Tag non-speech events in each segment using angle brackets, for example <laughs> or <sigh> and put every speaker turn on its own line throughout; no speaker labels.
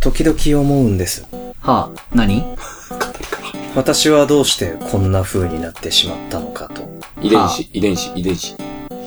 時々思うんです。
はあ、何
私はどうしてこんな風になってしまったのかと。
遺伝子、遺伝子、遺伝子。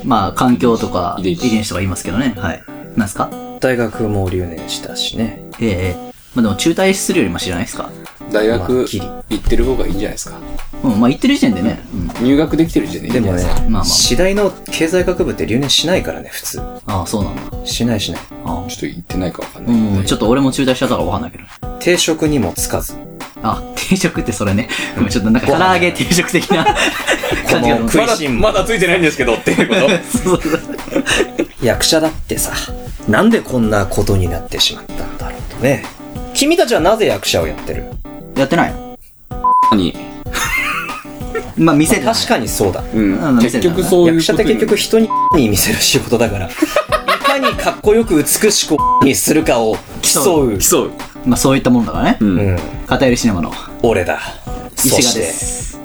まあ、環境とか、遺
遺
伝
伝
子
子
とか言いますけどね。はい。なんすか
大学も留年したしね。
ええええまあでも、中退するよりマシじゃないですか。
大
ま
学
あギリ
行ってる方がいいんじゃないですか。
うん、まあ、言ってる時点でね。うん。
入学できてる時点でい
で
いんじゃ
も
ない
ね
ですか。、
まあまあ
次第の経済学部って留年しないからね、普通。
ああ、そうなんだ。
しないしない。
あ
ちょっと行ってないかわかん
あ。
な
う
いけど
ん、ちょっと俺も中退しちゃったからわかんないけど。
定職にもつかず。
あ、定食ってそれね。ごめん、ちょっとなんか唐揚げ定食的な感じが
この。
そう
食いしん坊
まだ、まだついてないんですけどっていう <laughs> こと。
そうそう
役者だってさ、なんでこんなことになってしまったんだろうとね。君たちはなぜ役者をやってる
やってない
に、
まあ、店で、
確かにそうだ。
うん。結局そういう
役
こ
者
と
って結局人にに見せる仕事だから、いかにかっこよく美しくにするかを競う。
競う。
まあ、そういったもんだからね。
うん。
うん、
片寄りシネマの
俺だ。そ
石川
し
で
て、
す。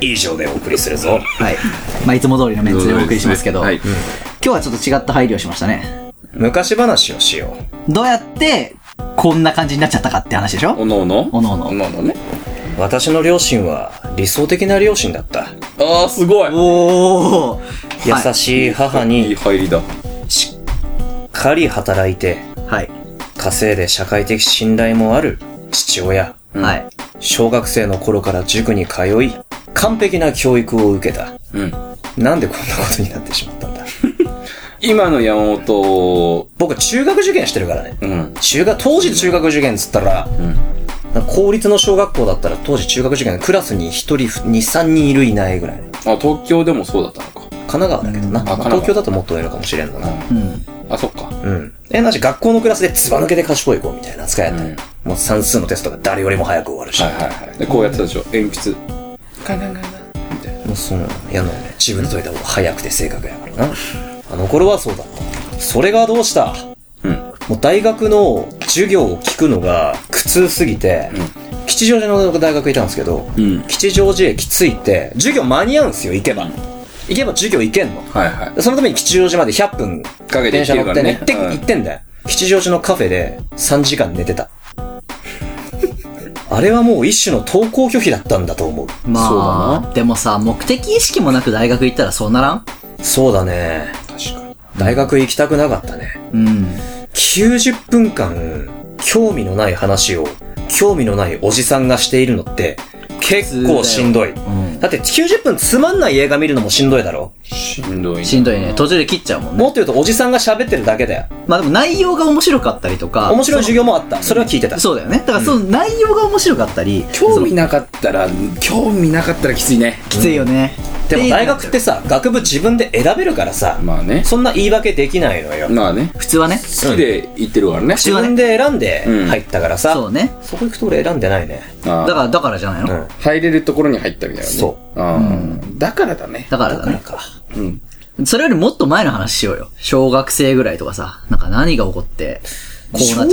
以上でお送りするぞ。
はい。まあ、いつも通りのメンツでお送りしますけど、
はい。
今日はちょっと違った配慮をしましたね。
昔話をしよ
どうやって、こんな感じになっちゃったかって話でしょ
おのおの
おのおの
おのおのね。
う。私の両親は理想的な両親だった。
ああ、すごい。
おー
優しい母
いい
に
入りだ。
しっかり働いて、
はい。
稼いで社会的信頼もある父親。
うん
はい。
小学生の頃から塾に通い、完璧な教育を受けた。
うん。
なんでこんなことになってしまったんだ。
今の山本、
僕、中学受験してるからね。
うん。
中学、当時中学受験っつったら、
うん。
なんか公立の小学校だったら当時中学受験のクラスに1人、2、3人いるいないぐらい。
あ、東京でもそうだったのか。
神奈川だけどな。
うん
まあ
あ神奈川
東京だともっと上のかもしれんのな。
うん。
あ、そっか。
うん。え、なし、学校のクラスでつば抜けで賢い子みたいな扱いやったよ
うん
もう算数のテストが誰よりも早く終わるし。
はいはいはい。で、こうやってたでしょ。鉛筆。ガンガンガンガン。みたいな。
もうその、やんのよね。自分で解いた方が早くて正確やからな。あの頃はそうだった。それがどうした
うん。
もう大学の授業を聞くのが苦痛すぎて、吉祥寺の大学いたんですけど、
うん
吉祥寺駅着いて、授業間に合うんですよ、行けば。行けば授業行けんの。
はいはい。
でそのために吉祥寺まで100分、
かけて
電
行
車
って
乗
るか
っ
ら
て
ね
ね、行って、
うん
行ってんだよ。吉祥寺のカフェで3時間寝てた。 <laughs> あれはもう一種の登校拒否だったんだと思う。
ま
そう
あ、でもさ、目的意識もなく大学行ったらそうならん
そうだね。
確かに。
大学行きたくなかったね。
うん。
90分間、興味のない話を、興味のないおじさんがしているのって、結構しんどい。
うん。
だって90分つまんない映画見るのもしんどいだろ
しんどいな。
しんどいね。途中で切っちゃうもんね。
もっと言うとおじさんが喋ってるだけだよ。
まあでも内容が面白かったりとか。
面白い授業もあった。それは聞いてた。
そうだよね。だからその内容が面白かったり。
興味なかったら、興味なかったらきついね。
きついよね。
でも大学
っ
っててさ、学部自分で選べるからさ、
まあね。
そんな言い訳できないのよ。
まあね。
普通はね。
好きで行ってるからね。
普通
自
は
分
ね。
で選んで入ったからさ、
そうね。
そこ行くと俺選んでないね。
あ
だ
あ
から、だからじゃないの、
うん。
入れるところに入ったみたいなね。。
そう
うん。だからだね。
だから
だ
だ
から
ね。
か。
うん。
それよりもっと前の話しようよ。小学生ぐらいとかさ、なんか何が起こって、こうなっちゃっ
まあ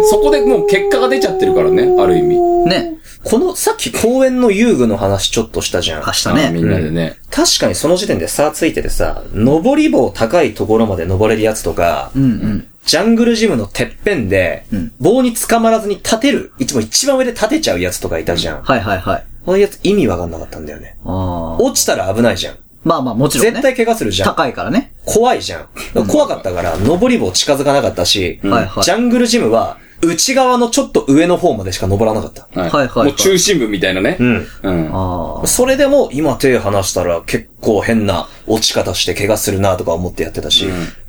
ね、そこでもう結果が出ちゃってるからね、ある意味。
たの。ね。
このさっき公園の遊具の話ちょっとしたじゃん
明。日
ああ
ね。
みんなでね。
確かにその時点で差ついててさ、登り棒高いところまで登れるやつとか、
うんうん。
ジャングルジムのてっぺんで、
うん
棒に捕まらずに立てる、いつも一番上で立てちゃうやつとかいたじゃん。
はいはいはい。
このやつ意味わかんなかったんだよね。
ああ。
落ちたら危ないじゃん。
まあまあもちろんね。
絶対怪我するじゃん。
高いからね。
怖いじゃん。怖かったから、登り棒近づかなかったし、
んはいはい
ジャングルジムは、内側のちょっと上の方までしか登らなかった。
はい
はいはい
もう中心部みたいなね。
うん。
うん。
ああ。
それでも、今手離したら結構変な落ち方して怪我するなとか思ってやってたし、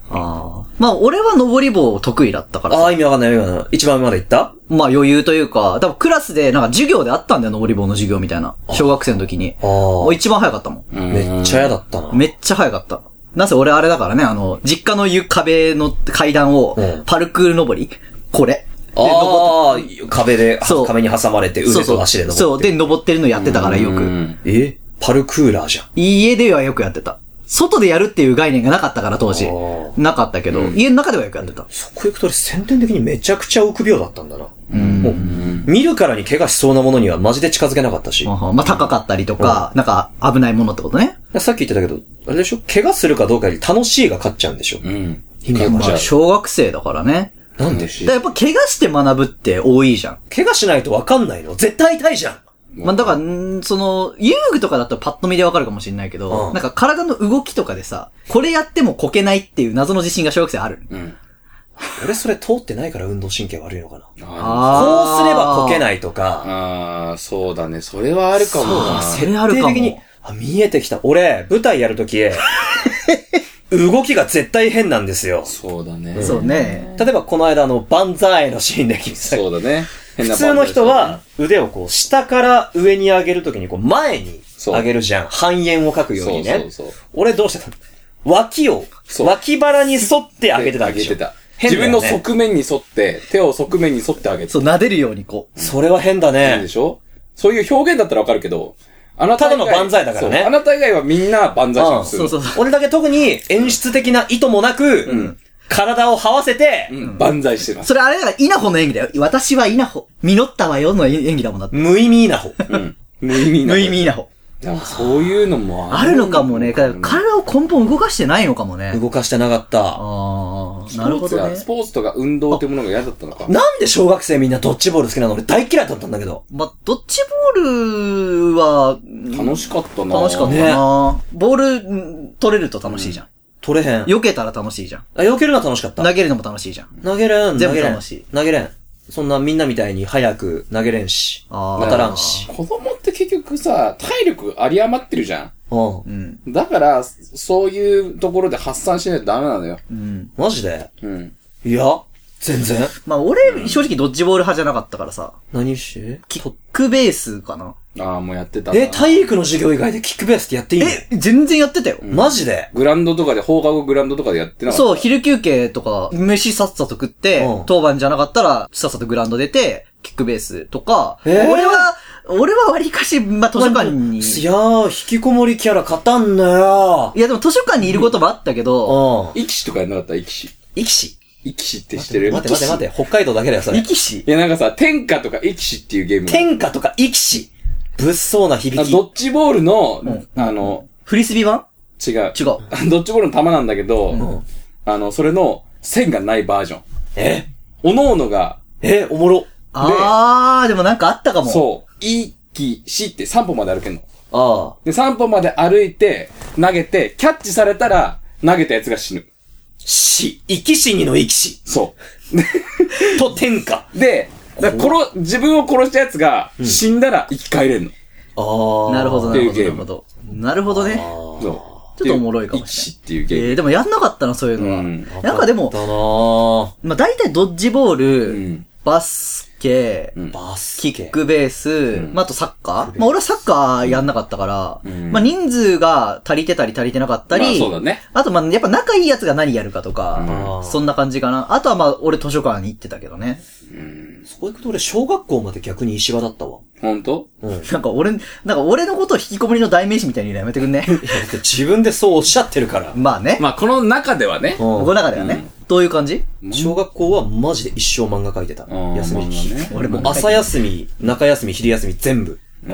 ああ。まあ俺は登り棒得意だったから
ああ、意味わかんないよな。一番上まで行った
まあ余裕というか、多分クラスでなんか授業であったんだよ、登り棒の授業みたいな。小学生の時に。
あー
もう一番早かったも。
うんん
めっちゃ嫌だったな。
めっちゃ早かった。なぜ俺あれだからね、あの、実家のゆ壁の階段を
うん、
パルクール登りこれ。
ああ、壁で、
そう
壁に挟まれて、
そ
腕
うそ
と
う。
足で登って。
そう、で登ってるのやってたからよ
う
く。
ん
えパルクーラーじゃん。
家ではよくやってた。外でやるっていう概念がなかったから当時
あ。ー
なかったけど、家の中ではよくやってた。
そこ行くと俺先天的にめちゃくちゃ臆病だったんだな。もう、見るからに怪我しそうなものにはマジで近づけなかったし。
まあ高かったりとか、なんか危ないものってことね。
さっき言ってたけど、あれでしょ怪我するかどうかより楽しいが勝っちゃうんでしょ
うん。
意味わかんない
買っちゃう
小学生だからね。
なんで
だからやっぱ怪我して学ぶって多いじゃん。
怪我しないとわかんないの絶対痛いじゃん
まあだから、んその、遊具とかだとパッと見でわかるかもしれないけど、
うん
なんか体の動きとかでさ、これやってもこけないっていう謎の自信が小学生ある。
うん。
俺それ通ってないから運動神経悪いのかな
あ
こうすればこけ
い。
ないとか、
あー、そうだね。それはあるかもな。
そう
徹
れあ
底
るかも
的に、あ、見えてきた。俺、舞台やるとき、
<laughs>
動きが絶対変なんですよ。
そうだね。
そうね。
例えばこの間あの、万歳のシーンで君さ、
<laughs> そうだね。変な
普通の人は腕をこう下から上に上げるときにこう前に上げるじゃん。半円を描く
バン
よ
ド
うに
で
ね。
すよね、そうそうそう。
俺どうしてたの脇を、
そう
脇腹に沿って上げてたわけで
上げ
しょ
てた。
変
自
だよ
分
ね
の側面に沿って、手を側面に沿って上げて
そう、撫でるようにこう。
それは変だ
た。いいで
ね。
しょそういう表現だったらわかるけど、あなた以外
ただの万歳だからね
そうあなた以外はみんな万歳します。
そうそうそう。
俺だけ特に演出的な意図もなく、
ん
体を這わせて、
うん。万歳してます。
それあれだから、稲穂の演技だよ。私は稲穂。実ったわよの演技だもんだって。
無意味な方。 <laughs>
うん。無意味な。
無意味稲穂。
でもそういうのも
あるのかもね。
あ
だ
る
から
のかも
体を根本動かしてないのかもね。
動かしてなかった。
ああ、
スポ
なる
ー
ほ
ツ
ど
が、
ね
ス。ポーツとか運動ってものが嫌だったのか。
なんで小学生みんなドッジボール好きなの俺大嫌いだったんだけど。
まあ、ドッジボールは、
楽しかったな
楽しかった
ね
な、ボールん取れると楽しいじゃん。
取れへん。
避けたら楽しいじゃん。
あ、避けるのは楽しかった。
投げるのも楽しいじゃん。
投げれん、
全
投げ
部
れん
楽しい。
投げれん。そんなみんなみたいに早く投げれんし。
あ
当たらんし。
子供って結局さ、体力あり余ってるじゃ
うん
う。ん。
ん。だから、そういうところで発散しないとダメなのよ。
うん。
マジで
うん。
いや、全然。
まあ、俺、正直ドッジボール派じゃなかったからさ、
何し
キックベースかな。
ああ、もうやってたんだ
え、体育の授業以外でキックベースってやっていいの
え、全然やってたよ。
マジで
グラウンドとかで、放課後グラウンドとかでやってなかった。
そう、昼休憩とか、飯さっさと食って、
うん
当番じゃなかったら、さっさとグラウンド出て、キックベースとか、
えー
俺は、俺は割かし、まあ、図書館に、
いやー、引きこもりキャラ勝たんなよ
いやでも図書館にいることもあったけど、
う
力士とかやんなかった力士。
ん。イキシ
力士って知ってる
待って待って待
て。
って、北海道だけだよ、それ。
力士
いや、なんかさ、天下とか力士っていうゲームが。
天下とかイキシ物騒な響
あ
き。
ドッジボールの、あの、
フリスビー版
違う。
違う。
<laughs> ドッジボールの球なんだけど、あの、それの線がないバージョン。
え
おのおのが、
え、おもろ。
あー、でもなんかあったかも。
そう、いきしって3歩まで歩けんの。
ああ。
で、3歩まで歩いて、投げて、キャッチされたら、投げたやつが死ぬ。
し、イキシにのイキシ
そ
と天下。
う。で、だから殺、自分を殺したやつが、死んだら生き返れんの。
ああ。
なるほど、
っ
な
てい
る
う
ほど、
ゲ
な
ー
る
ム
ほど。なるほどね。
そう。
ちょっとおもろいかもし
い。っていうゲーム。
えー、でもやんなかったな、そういうのは。
うん
なんかでも
だ、なー
まあ、大体ドッジボール、
ん
バスケ、
ん
バス
キックベース、まあ、あとサッカーまあ、俺はサッカーやんなかったから、
ん
まあ、人数が足りてたり足りてなかったり、
まあそうだね。
あと、まあ、やっぱ仲いいやつが何やるかと
う
か
ん、
そんな感じかな。あとは、まあ、俺図書館に行ってたけどね。 <laughs>
そこ行くと俺、小学校まで逆に石場だったわ。
ほんと
うん。
なんか俺、なんか俺のことを引きこもりの代名詞みたいに言うのやめてくん
<laughs>
ね。
<laughs> 自分でそうおっしゃってるから。
まあね。
まあ、この中ではね。
僕の中ではね。どういう感じ
小学校はマジで一生漫画描いてた。
ん
休み
漫画ね
に。俺もう
漫画描いてた
朝休み、中休み、昼休み全部。
あ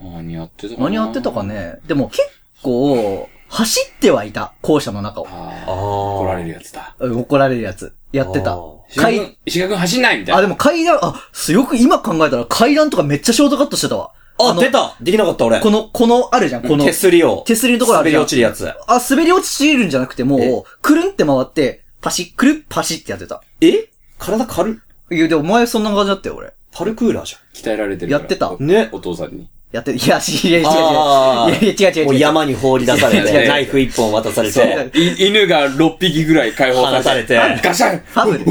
あ。何やってたかな
何やってたかね。でも結構、走ってはいた。校舎の中を。
あ
ああ。
あ。怒られるやつだ。
怒られるやつ。やって
あ
た
ー。
石川
階、
君、石川君走んないみたいな。
あ、でも階段、あ、すよく今考えたら階段とかめっちゃショートカットしてたわ。
あ、
の
出たできなかった俺。
この、この、あるじゃん、この。
手すりを。
手すりのところあ
滑
るじ
り
ゃん
落ちるやつ。
あ、滑り落ちるんじゃなくて、
え
もう、くるんって回って、パシッ、くるっ、パシッってやってた。
え体軽っ。
いや、でもお前そんな感じだったよ、俺。
パルクーラーじ
鍛えられてるから
やってた
ゃん。ね。
お父さんに。
やって、いや、いや、違う違う。い
あー
や、いや違う違う違う。
もう山に放り出され
いやい
て、
やいや
ナイフ一本渡され
そう
て、
い犬が6匹ぐらい解放
放
さ
さ
れ
れ
て。
て、ガッ
ガシャン
ファブル。フ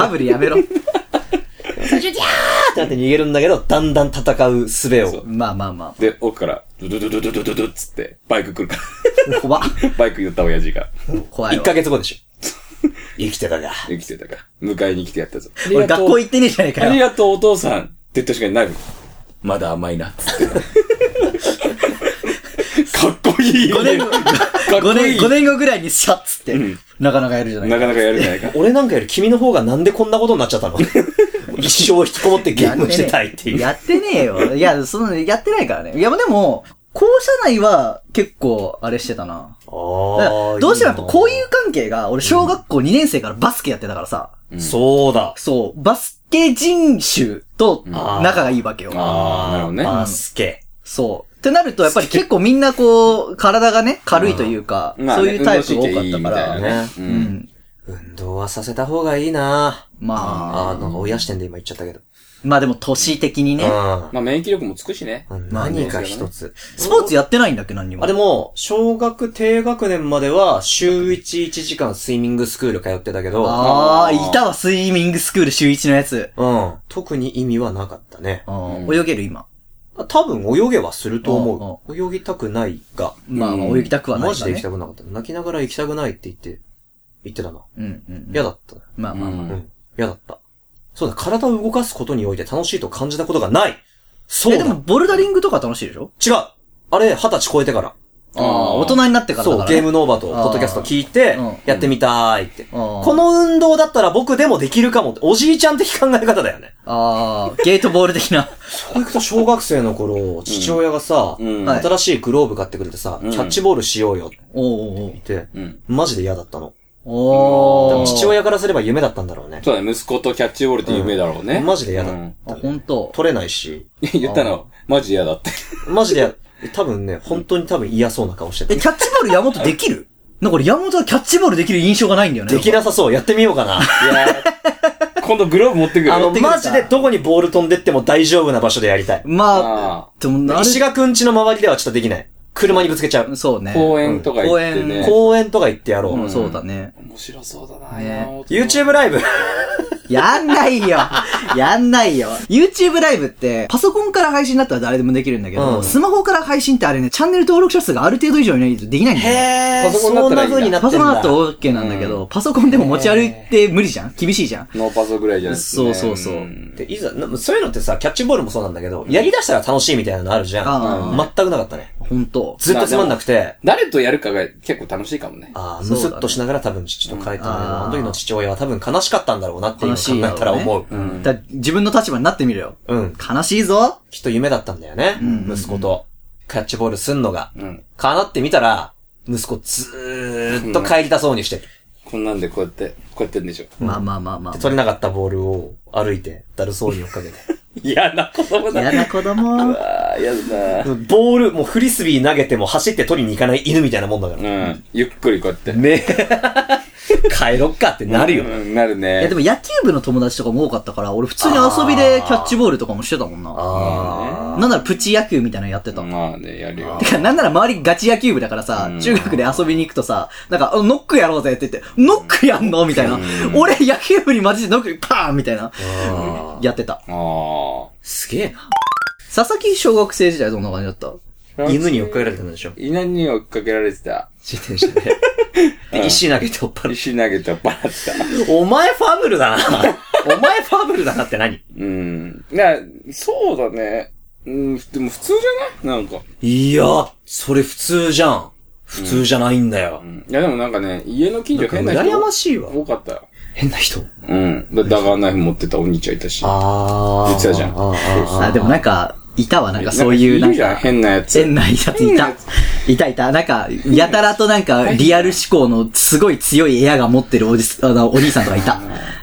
ァブルやめろ。
て <laughs> なって逃げるんだけど、だんだん戦う術を。
まあまあま
<laughs> で、奥から、ドドドドドドドドっつって、バイク来るか
あ。怖っ
ら。 <laughs> バイク言った親父が、
怖い
1
わ。
ヶ月後
<laughs>
でしょ。生きてたか。
生きてたから。迎えに来てやったぞ。
俺学校
行
行ってねえじゃねえ
あ
か
り
よ。
がとうお父さん。って言った瞬間にナイフ。まだ甘い <laughs> な。つって。かっこいい。
5年後、
かっこ
5
い
年、
い。
5年後ぐらいにシャッつって
ん、
なかなかやるじゃない
なかなかやるじゃないか。
俺なんかより君の方がなんでこんなことになっちゃ <laughs> ったの一生引きこもってゲームしてたいっていう。
やってねえよ。いや、その、やってないからね。いや、でも、校舎内は結構、あれしてたな。
あああ。
どうしてもやっぱ交
い
友関係が、俺小学校2年生からバスケやってたからさ、
いな。そうだ。
そう、バスケ人種と
あー
仲がいいわけよ。
あーなるほどね
バスケ。
そう。ってなると、やっぱり結構みんなこう、体がね、軽いというか、
まあね
そういうタイプが多かったか
運動神経いいみたい
ら。
なね
ね。
う。
うんん。
運動はさせた方がいいな
まあ、
ああ、なんか親視点で今言っちゃったけど。
まあでも年的にね。
う
まあ免疫力もつくしね。
ん。何か一つ。
スポーツやってないんだっけ、何にも。
あ、でも、小学低学年までは、週1、1時間スイミングスクール通ってたけど、
あ
あー
ーいたわ、スイミングスクール週1のやつ。
うん。特に意味はなかったね。
あー
うん
泳げる、今。
多分泳げはすると思う。泳ぎたくないが。
まあ、まあ
うん
泳ぎたくはない
マ
わ
ジで行きたくなかった。泣きながら行きたくないって言って、言ってたな。
うんうんうん。
嫌だったな。
まあまあまあ。
うん
うん。嫌だった。そうだ、体を動かすことにおいて楽しいと感じたことがないそう
え、
だ
でも、ボルダリングとか楽しいでしょ
違うあれ、二十歳超えてから。
あ
あ
あー、大人になってからだ
そ
か
う、
らね。
ゲームノーバーとポッドキャスト聞いて
うん、
やってみたーいって。
あー
この運動だったら僕でもできるかもって、おじいちゃん的考え方だよね。
ああ、ゲートボール的な。
それいくと小学生の頃、父親がさ、
うん
はい
新しいグローブ買ってくれてさ、キ
うん
ャッチボールしようよって
<laughs> おうおう
言って、
うん。
マジで嫌だったの。
おう。
で
お
も
お。
父。親からすれば夢だったんだろうね。
そうだね、息子とキャッチボールって夢だろうね。
マジで嫌だ
う
っ
ん <laughs>
あ、
たね。
ほんと。
取れないし、
言ったの、マジで嫌だって。
マジで、多分ね、本当に多分嫌そうな顔して
え、
た。
キャッチボール山本できる <laughs> なんか俺山本はキャッチボールできる印象がないんだよね。
できなさそう。やってみよう <laughs> かな。
いやー <laughs> 今度グローブ持ってくる
あの、
ってくるか
マジでどこにボール飛んでっても大丈夫な場所でやりたい。
まあ、
あ
でもあ
石
れ、
賀くんちの周りではちょっとできない。車にぶつけちゃう。
そう
あ、
ね。
公園とか行って
うん
ね。
公園とか行ってやろ
う
う。
んそうだね。
面白そうだな、
ね
山本
YouTube ライブ
やんないよやんないよ !YouTube ライブって、パソコンから配信だったら誰でもできるんだけど、
うん
スマホから配信ってあれね、チャンネル登録者数がある程度以上いないとできないんだよね。
へー、
パソコ
そ
ンだっ
ん
たら
ない
い
風に
んだ
なって
パ
ん
ソコンだ
だ。
と OK なんだけど、パソコンでも持ち歩いて無理じゃん厳しいじゃん
ノーパソぐらいじゃないですか、ね。
そうそうそうん
でいざ、なそういうのってさ、キャッチボールもそうなんだけど、やり出したら楽しいみたいなのあるじゃ
あ
ん。全くなかったね。
ほんと。
ずっとつまんなくて、
誰とやるかが結構楽しいかもね。
ああ、
そ
む
うだ
す
ね
っとしながら多分父と帰ったんだけど、
うん
あの時の父親は多分悲しかったんだろうなっていうのを考えたら思う。
悲しいだろねだ自分の立場になってみるよ。
うん。
悲しいぞ
きっと夢だったんだよね。息子と。キャッチボールすんのが。
うん。
かなってみたら、息子ずーっと帰りたそうにしてる。
こんなんでこうやって、こうやってんでしょ。
まあまあまあま
で
あ。
取れなかったボールを歩いて、だるそうに追っかけて。
嫌な子供だ。
嫌な
<laughs>
子供。
ああ、嫌だな。
ボール、もうフリスビー投げても走って取りに行かない犬みたいなもんだから。
うん。ゆっくりこうやって。
ね帰ろっかってなるよ。
うんなる
い
ね。
やでも野球部の友達とかも多かったから、俺普通に遊びでキャッチボールとかもしてたもんな。
あ
なんならプチ野球みたいなのやってた。
まあね、やるよ
<laughs> て。か、なんなら周りガチ野球部だからさ
うん、
中学で遊びに行くとさ、なんか、あノックやろうぜって言って、ノックやんのみたいな。俺野球部にマジでノックパーンみたいな。
あ。
やってた。
ああ。
すげえな。
佐々木小学生時代どんな感じだった
<laughs> 犬に追っかけられてたんでしょ
稲に追っかけられてた。
自転車
<laughs>
で。で石投げて追っ払う。
石投げてバラった。
お前ファブルだな。お前ファブルだなって何
うん。な、そうだね。うん、でも普通じゃないなんか。
いや、それ普通じゃん。普通じゃないんだよ
う。んいやでもなんかね、家の近所変な人
羨ましいわ。
多かったよ。
変な人。
うん。だダガーナイフ持ってたお兄ちゃんいたし。
あ
言ってたじゃん
あ、でもなんか、いたわ、なんかそういう、
な
なんん
かるじゃん、
か、
変なやつ。
変なやついた。いたいた。なんか、やたらとなんか、リアル思考のすごい強いエアが持ってるおじす、あの、お兄さんとかいた。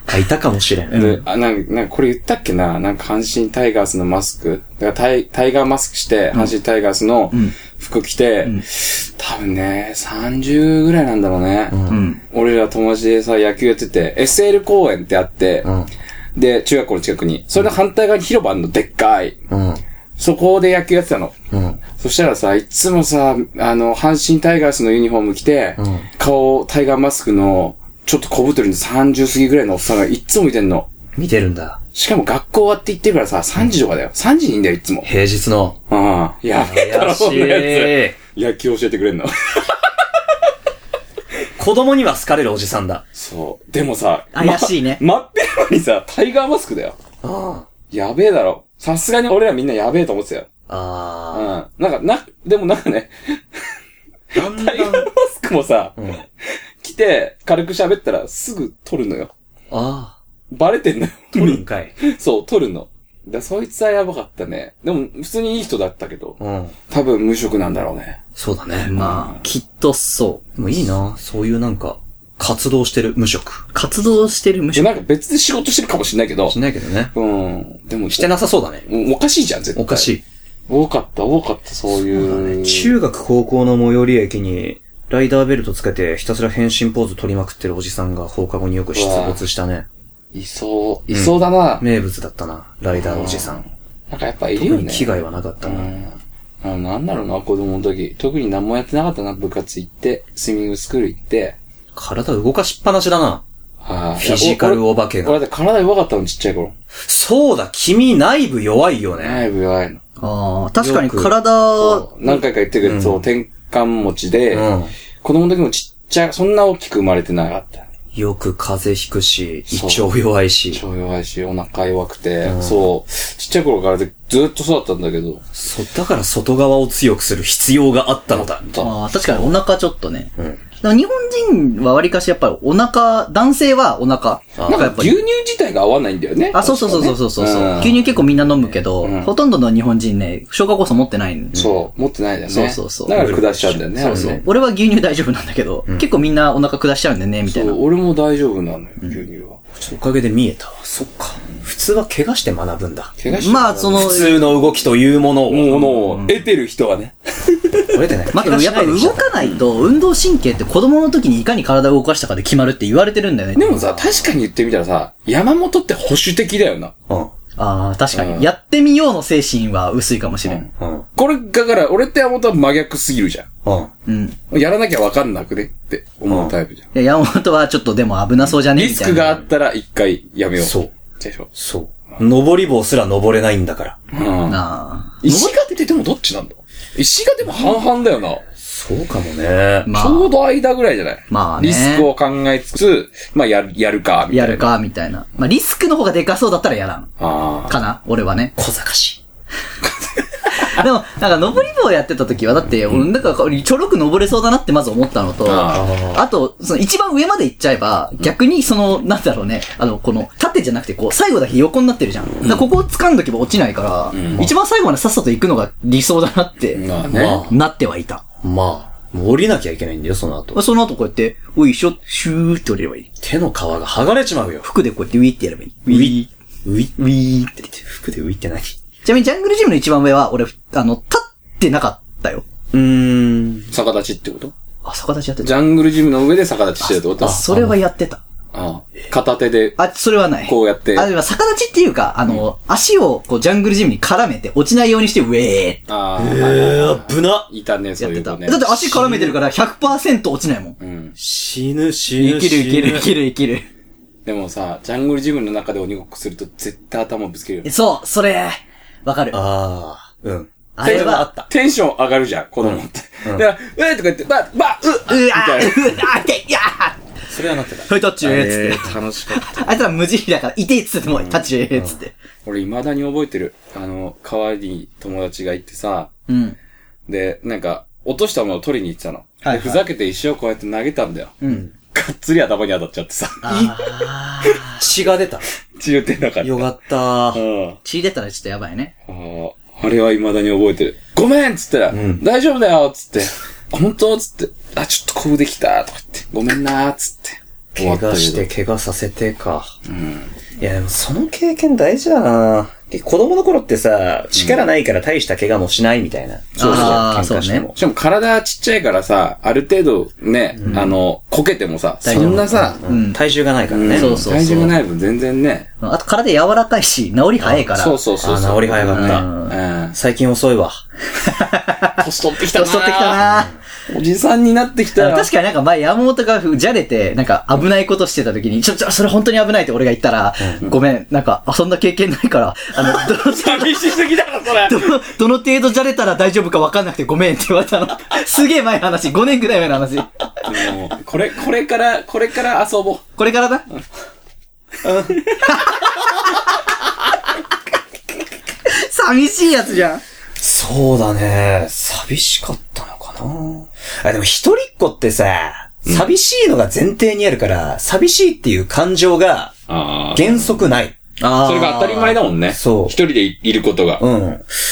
あ、いたかもしれん。
で、あ、なんか、なんかこれ言ったっけななんか阪神タイガースのマスク。だからタイタイガーマスクして、阪神タイガースの服着て、多分ね、30ぐらいなんだろうね。
ん
俺ら友達でさ、野球やってて、SL 公園ってあって、で、中学校の近くに。それの反対側に広場あるの、でっかい。
うん。
そこで野球やってたの。
うん。
そしたらさ、いつもさ、あの、阪神タイガースのユニフォーム着て、
ん
顔、タイガーマスクの、ちょっと小太りの30過ぎぐらいのおっさんがいっつも見てんの。
見てるんだ。
しかも学校終わって行ってるからさ、3時とかだよ。3時にいんだよ、いつも。
平日の。
ああ、やべえだろ、そんなや
怪しい。
つ。野球教えてくれんの。
子供には好かれるおじさんだ。
そう。でもさ、
怪しいね
ま待ってるのにさ、タイガーマスクだよ。
あ
やべえだろ。さすがに俺らみんなやべえと思ってたよ。う
あ。
ん。なんか、な、でもなんかね、
だんだ
タイガーマ
ん。
スクもさ、来て、軽く喋ったらすぐ取るのよ。
ああ。
バレて
<laughs>
んのよ。
取るんかい。
そう、取るの。だそいつはやばかったね。でも、普通にいい人だったけど、
うん。
多分無職なんだろうね。
そうだね。
まあ、きっとそう。
でもいいな。そういうなんか、活動してる無職。
活動してる無
で
職。
なんか別で仕事してるかもしれないけど
し、ないけどね。
うん。でも、
してなさそうだね。
おおかしいじゃん、絶対。
おかしい。
多かった、多かった、そういう。
中学高校の最寄り駅に、ライダーベルトつけてひたすら変身ポーズ取りまくってるおじさんが放課後によく出没したね。
いそう、いそうだな。
名物だったな、ライダーおじさん。
なんかやっぱいる
特
よ
に
ね。
危害はなかった
う
な。
ん。あなんだろうな、子供の時。特に何もやってなかったな、部活行って、スイミングスクール行って。
体動かしっぱなしだな。
は
フィジカルお化けが
俺だって体弱かったの、ちっちゃい頃。
そうだ、君内部弱いよね。
内部弱いの。
ああ、確かに
よく
体、
そう何回か言ってるけど、そう、転換持ちで、
うん
子供の時もちっちゃい、そんな大きく生まれてなかった。
よく風邪ひくし、胃
そう
腸弱いし、
超弱いし、お腹弱くて、そう、ちっちゃい頃からずずっとそうだったんだけど、
そ、だから外側を強くする必要があったのだ。
ああ、確かにお腹ちょっとね。
うん。
でも日本人はわりかしやっぱりお腹、男性はお腹。
あ
なんか
な
やっ
んか
ぱ
牛
り。
乳自体が合わないんだよね。
あ、そうそうそうそうそうそう、
確かねん
牛乳結構みんな飲むけど、
うん
ほとんどの日本人ね、消化酵素持ってないん
そう、持ってないんだよね。
そうそうそう
だから下しちゃうんだよね。
そうそう
あれね
俺は牛乳大丈夫なんだけど、結構みんなお腹下しちゃうんでね、みたい
そ
な。
う、俺も大丈夫なのよ、牛乳は。
おかげで見えたわ。そっか。普通は怪我して学ぶんだ。
怪我して
まあ、その、
普通の動きというものを。
ものを得てる人はね。
折れて
<laughs>
ない。
まあでもやっぱ動かないと運動神経って子供の時にいかに体を動かしたかで決まるって言われてるんだよね。
でもさ、確かに言ってみたらさ、山本って保守的だよな。
うん。
ああ、確かに、
うん
やってみようの精神は薄いかもしれん。
うん。
これ、だから、俺って山本は真逆すぎるじゃ
うん。
うん。
ん。やらなきゃわかんなくねって思うタイプじゃん。
いや、山本はちょっとでも危なそうじゃね
リ
み
ス
たい
ク
な。
があったら一回やめよう。
そう。
でしょ。
そう。登り棒すら登れないんだから。
うん。
なあ。
石が出てでもどっちなんだ石がでも半々だよな。
そうかもね。。
まあ
ちょうど間ぐらいじゃない
まあね
リスクを考えつつ、まあやる、やるか、みたいな。
やる。か、みたいな。まあ、リスクの方がでかそうだったらやらん。
ああ。
かな俺はね <laughs>
小賢しい。
でも、なんか、登り棒やってた時は、だって、俺、なんか、ちょろく登れそうだなってまず思ったのと、
あ
あと、その、一番上まで行っちゃえば、逆に、その、なんだろうね、あの、この、縦じゃなくて、こう、最後だけ横になってるじゃん。だからここを掴んどけば落ちないから、一番最後までさっさと行くのが理想だなって、
まあね
まあなってはいた。
まあ、もう降りなきゃいけないんだよ、その後。
その後こうやって、おいしょ、シューって降りればいい。
手の皮が剥がれちまうよ。
服でこうやってウィーってやればいい。
ウィウィウィーって言って、服でウィって何
ちなみにジャングルジムの一番上は、俺、あの、立ってなかったよ。
うーん。
逆立ちってこと
あ、逆立ちやって
ジ
た。
ャングルジムの上で逆立ちしてるってこと
あ、それはやってた。
ああ片手で、
あ、それはない。
こうやって
あ、でも逆立ちっていうか、あの、足をこうジャングルジムに絡めて落ちないようにして、ウェーって
あ
え
あ、
ー、ぶな。
いたね、そ
や
う
って
いう
た。
子ね
だ。って足絡めてるから100%落ちないもん。
うん。
死ぬ、死
い
ぬ。
けるいけるい
死ぬ
けるいける。
でもさ、ジャングルジムの中で鬼ごっこすると絶対頭ぶつけるよね。
そう、それ、わかる。あ
ああ、うん。
れ
はあ
は
っ、た。
テンション上がるじゃん、子供って。だから、うえとか言って、ば、ば、う、
う
み
わ
たいな。
ーうわー痛いいやー
それはなってた。
はい、タッチーつって。
ー楽しかった。
あいつら無慈悲だから、痛いっつっても、タッチーつって。
俺、未だに覚えてる。あの、川に友達が行ってさ、
うん。
で、なんか、落としたものを取りに行ってたの。
はいはい
でふざけて石をこうやって投げたんだよ。
うん。
がっつり頭に当たっちゃってさ、
あー。
血が出た。
血打てなかった。
よかった
う。ん。
<laughs> 血出たらちょっとやばいね。
あーあれは未だに覚えてる。ごめんっつったら、
ん
大丈夫だよっつって、あ、本当っつって、あ、ちょっとこぶできたとか言って、ごめんなーっつって。
怪我して、怪我させてか。いや、でもその経験大事だなで子供の頃ってさ、力ないから大した怪我もしないみたいな。
そうそうあ
喧
ー
嘩して
そう
も。
しかも体ちっちゃいからさ、ある程度ね、あの、こけてもさ、
大
そ
丈夫
んなさ、
うん。体重がないからね。
そうそう
体重がない分全然ね、
あと体柔らかいし、治り早いから。
そうそうそう
あ
そう。
ー、治り早かっ
う
た。
ん。
最近遅いわ。
年取ってきたな
年取ってきたなあ
おじさんになってきた
の
よ
確かになんか前山本がじゃれて、なんか危ないことしてた時に、ちょ、ちょ、それ本当に危ないって俺が言ったら、ごめん、なんか、あ、そんな経験ないから、あの、
<laughs>
どの、
寂しすぎだろ、そ <laughs> れ。
どの、どの程度じゃれたら大丈夫か分かんなくてごめんって言われたの。すげえ前の話、5年ぐらい前の話。
もうこれ、これから、これから遊ぼう。
これからだ。 <laughs> 寂しいやつじゃん。
そうだね。寂しかったのかなあ、でも一人っ子ってさ、寂しいのが前提にあるから、寂しいっていう感情が
あ
原則ない。
あー
それが当たり前だもんね。
そう
一人でいいることが。
うん。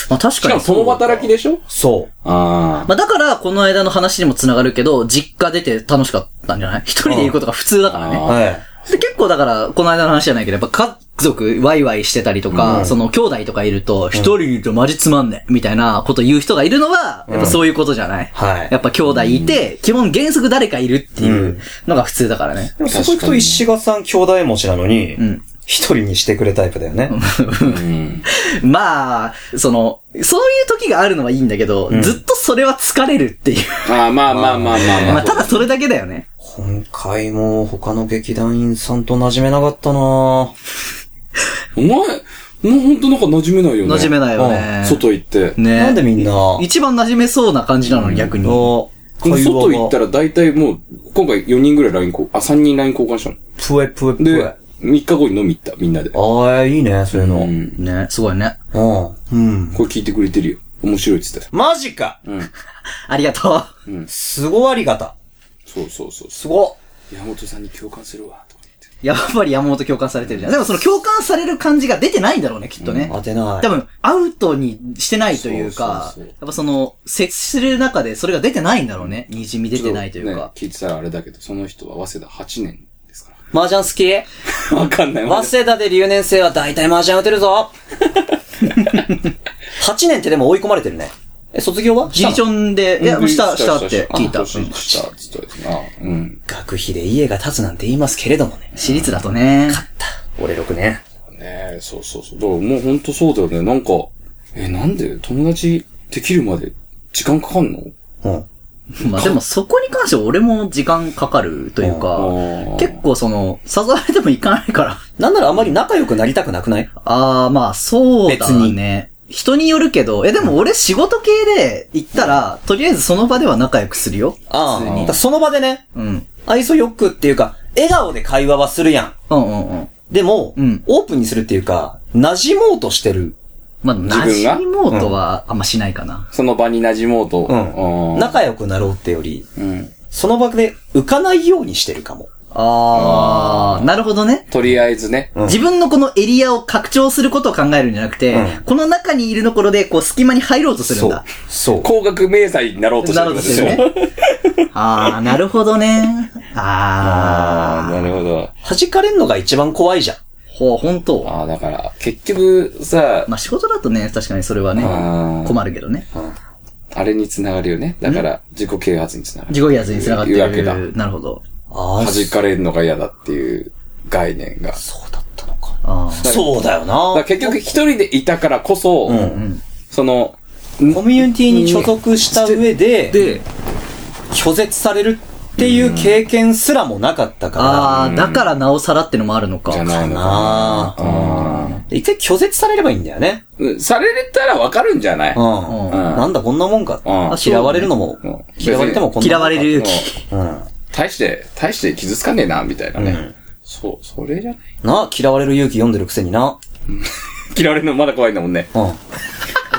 まあ確
し
か
かも
にそう
共働きでしょ
そ
ああ。
まあだから、この間の話にも繋がるけど、実家出て楽しかったんじゃない一人でいることが普通だから
う。
ね。
はい。
で、結構だから、この間の話じゃないけど、やっぱ家族ワイワイしてたりとか、その兄弟とかいると、一人いるとマジつまんねえ、みたいなこと言う人がいるのは、やっぱそういうことじゃない。
はい
やっぱ兄弟いて、基本原則誰かいるっていうのが普通だからね。 <laughs>
でもそこ行くと石賀さん兄弟持ちなのに、一人にしてくれタイプだよね。
うん。
まあ、その、そういう時があるのはいいんだけど、ずっとそれは疲れるっていう。
あーまあまあまあまあ
<laughs> ま
ま
あ、
あ。
ただそれだけだよね。
今回も他の劇団員さんと馴染めなかったな
お前、もう本当なんか馴染めないよね。
馴染めないよね。
外行って。
ね
なんでみんな、
一番馴染めそうな感じなのに逆に。
の
外行った
ら、
ら大体もう、今回4人ぐらい LINE 交換、あ、3人 LINE 交換したの。
ぷえぷえぷ
で、
え。
3日後に飲み行った、みんなで。
ああ、いいね、そういうの。
う。
うん
ね、すごいね。
ん。うん。
これ聞いてくれてるよ。面白いって言ってた。
マジか
ありがとう。 <laughs>
すごありがた。
そうそうそうそ
すご。
う。山本さんに共感するわ、とか
やっぱり山本共感されてるじゃん。でもその共感される感じが出てないんだろうね、きっとね。
当てない。
多分、アウトにしてないというか、
そうそうそう
やっぱその、接する中でそれが出てないんだろうね。滲み出
言って。
てないという
ちょっ
か。
ね、聞いてたらあれだけど、その人は早稲田8年ですか
麻雀好き
ら。 <laughs> わかんない。
早稲田で留年生は大体麻雀打てる <laughs> ぞ。8年ってでも追い込まれてるね。え、卒業は
ギリションで、いや、した、したって聞いた。うん
した、したって言ったな。うん。
学費で家が建つなんて言いますけれどもね。
私立だとね。
俺6年。
ねえ、そうそうそう。だからもうほんとそうだよね。なんか、え、なんで友達できるまで時間かかんの
うん。
まあでもそこに関しては俺も時間かかるというか
うん、
結構その、誘われてもいかないから。
なんならあまり仲良くなりたくなくない
ああ、まあ、そう
別
だ
に
ね。人によるけど、え、でも俺仕事系で行ったら、とりあえずその場では仲良くするよ。
ああ。
普通
だか
に
ら。その場でね、
うん。
愛想よくっていうか、笑顔で会話はするやん。
うんうんうん。
でも、
うん
オープンにするっていうか、馴染もうとしてる。
まあ、馴
自分が
染もうとはあんましないかな。
その場に馴染もうと。
うん。仲良くなろうってより、
うん。
その場で浮かないようにしてるかも。
ああ、なるほどね。
とりあえずね。
ん
自分のこのエリアを拡張することを考えるんじゃなくて、
う
この中にいるところで、こう、隙間に入ろうとするんだ。
そう。
高額明細になろうとして
な
る
る
ん
ほ
で
ど
す
す
よ。
るね。ああ、なるほどね。あ
<laughs> ああ、なるほど。
弾かれんのが一番怖いじゃん。
あ、ほう、ほんと。
ああ、だから、結局さ、
まあ仕事だとね、確かにそれはね
あ、ー
困るけどね。
あれにつながるよね。だから、自己啓発につながる。
自己啓発につながって
言うわけだ
る。なるほど。
ああ、
弾かれるのが嫌だっていう概念が。だか
そうだったのか。
あー
そうだよ
ら
な。
結局一人でいたからこそ、
うん。
その、
コミュニティに所属した上で、
で、
拒絶されるっていう経験すらもなかったか
ああ、だからなおさらってのもあるのか
じ。ゃない
ら、
のか
なあ。
な。
一回拒絶されればいいんだよね。
うんされれたらわかるんじゃない
うん。
うん
なんだこんなもんか。
うん
嫌われるのも
うん、
嫌われてもこんな
嫌
もん
わ
か
れる勇気。
うん。
大して、大して傷つかねえな、みたいなね。
うん
そう、それじゃない
なあ、嫌われる勇気読んでるくせにな。
嫌われるのまだ怖いんだもんね。
<laughs> う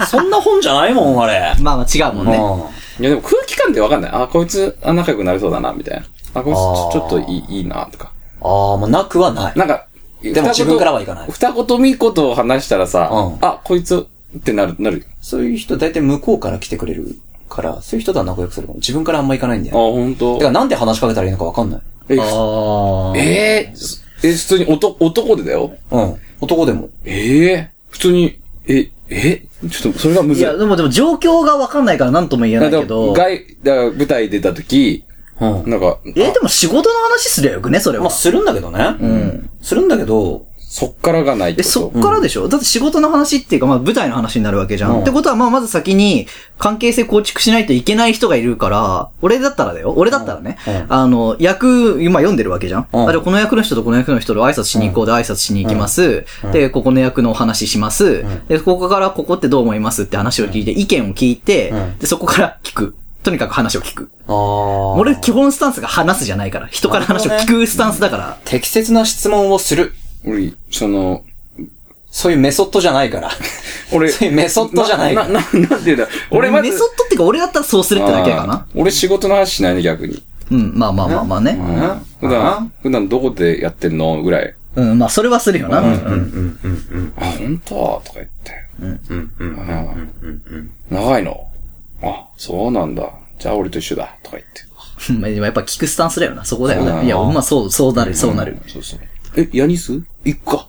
ん。そんな本じゃないもん、あれ。
まあまあ違うもんね。
うん。
いやでも空気感でわかんない。あ、こいつ、あ、仲良くなれそうだな、みたいな。あ、こいつ
あー
ちょ、ちょっといい、いいな、とか。
ああ、まあ、なくはない。
なんか、
でも
二言
自分からはいかない
二言三言を話したらさ、
うん
あ、こいつ、ってなる、なる。
そういう人、大体向こうから来てくれるから、そういう人とは仲良くするかも。自分からあんま行かないんだ
あ、
よね。
ほんと
だからなんで話しかけたらいいのかわかんない。
え、
ああ。
えーすえ、普通に男、男でだよ。
うん。男でも。
ええ普通に、え、え、ちょっと、それがむ
い
ずい。
や、でもでも状況がわかんないから何とも言えない
だ
け
から
ど。
外、だから舞台出た時、
うん。
なんか、
えー、でも仕事の話すりゃよくね、それ
ま
は
あ、。するんだけどね。うん。するんだけど、
そっからがないって
え、
こと。
そっからでしょ、だって仕事の話っていうか、まあ舞台の話になるわけじゃん。
うん
ってことは、まあまず先に関係性構築しないといけない人がいるから、俺だったらだよ。俺だったらね。
うんうん
あの、役、今読んでるわけじゃん。
うん
あ、じゃあこの役の人とこの役の人と挨拶しに行こうで挨拶しに行きます。で、ここの役のお話します、で、ここからここってどう思いますって話を聞いて、意見を聞いて、
ん
で、そこから聞く。とにかく話を聞く。
ああ。
俺、基本スタンスが話すじゃないから。人から話を聞くスタンスだから。
適切な質問をする。
俺、その、
そういうメソッドじゃないから。
俺、
そういう <laughs> メソッドじゃない
な、な、ななんていうんだ。俺
俺、
まず、
メソッドっていうか、俺だったらそうするってだけか
あ
な
ー。俺仕事の話しないね、逆に。
うん、まあまあまあまあね。
普
あ
段、普段どこでやってんのぐらい。
うん、まあ、それはするよな。
うんうんうん
あ、本当とか言って。
うんうんうん
あ
うんうん。
長いのあ、そうなんだ。じゃあ俺と一緒だ。とか言って。
うんま <laughs> あでもやっぱ聞くスタンスだよな、そこだよ
そうだ
な。
ない
や、まあそう、そうなる、そうなる。
んそうそう。え、ヤニス行くか。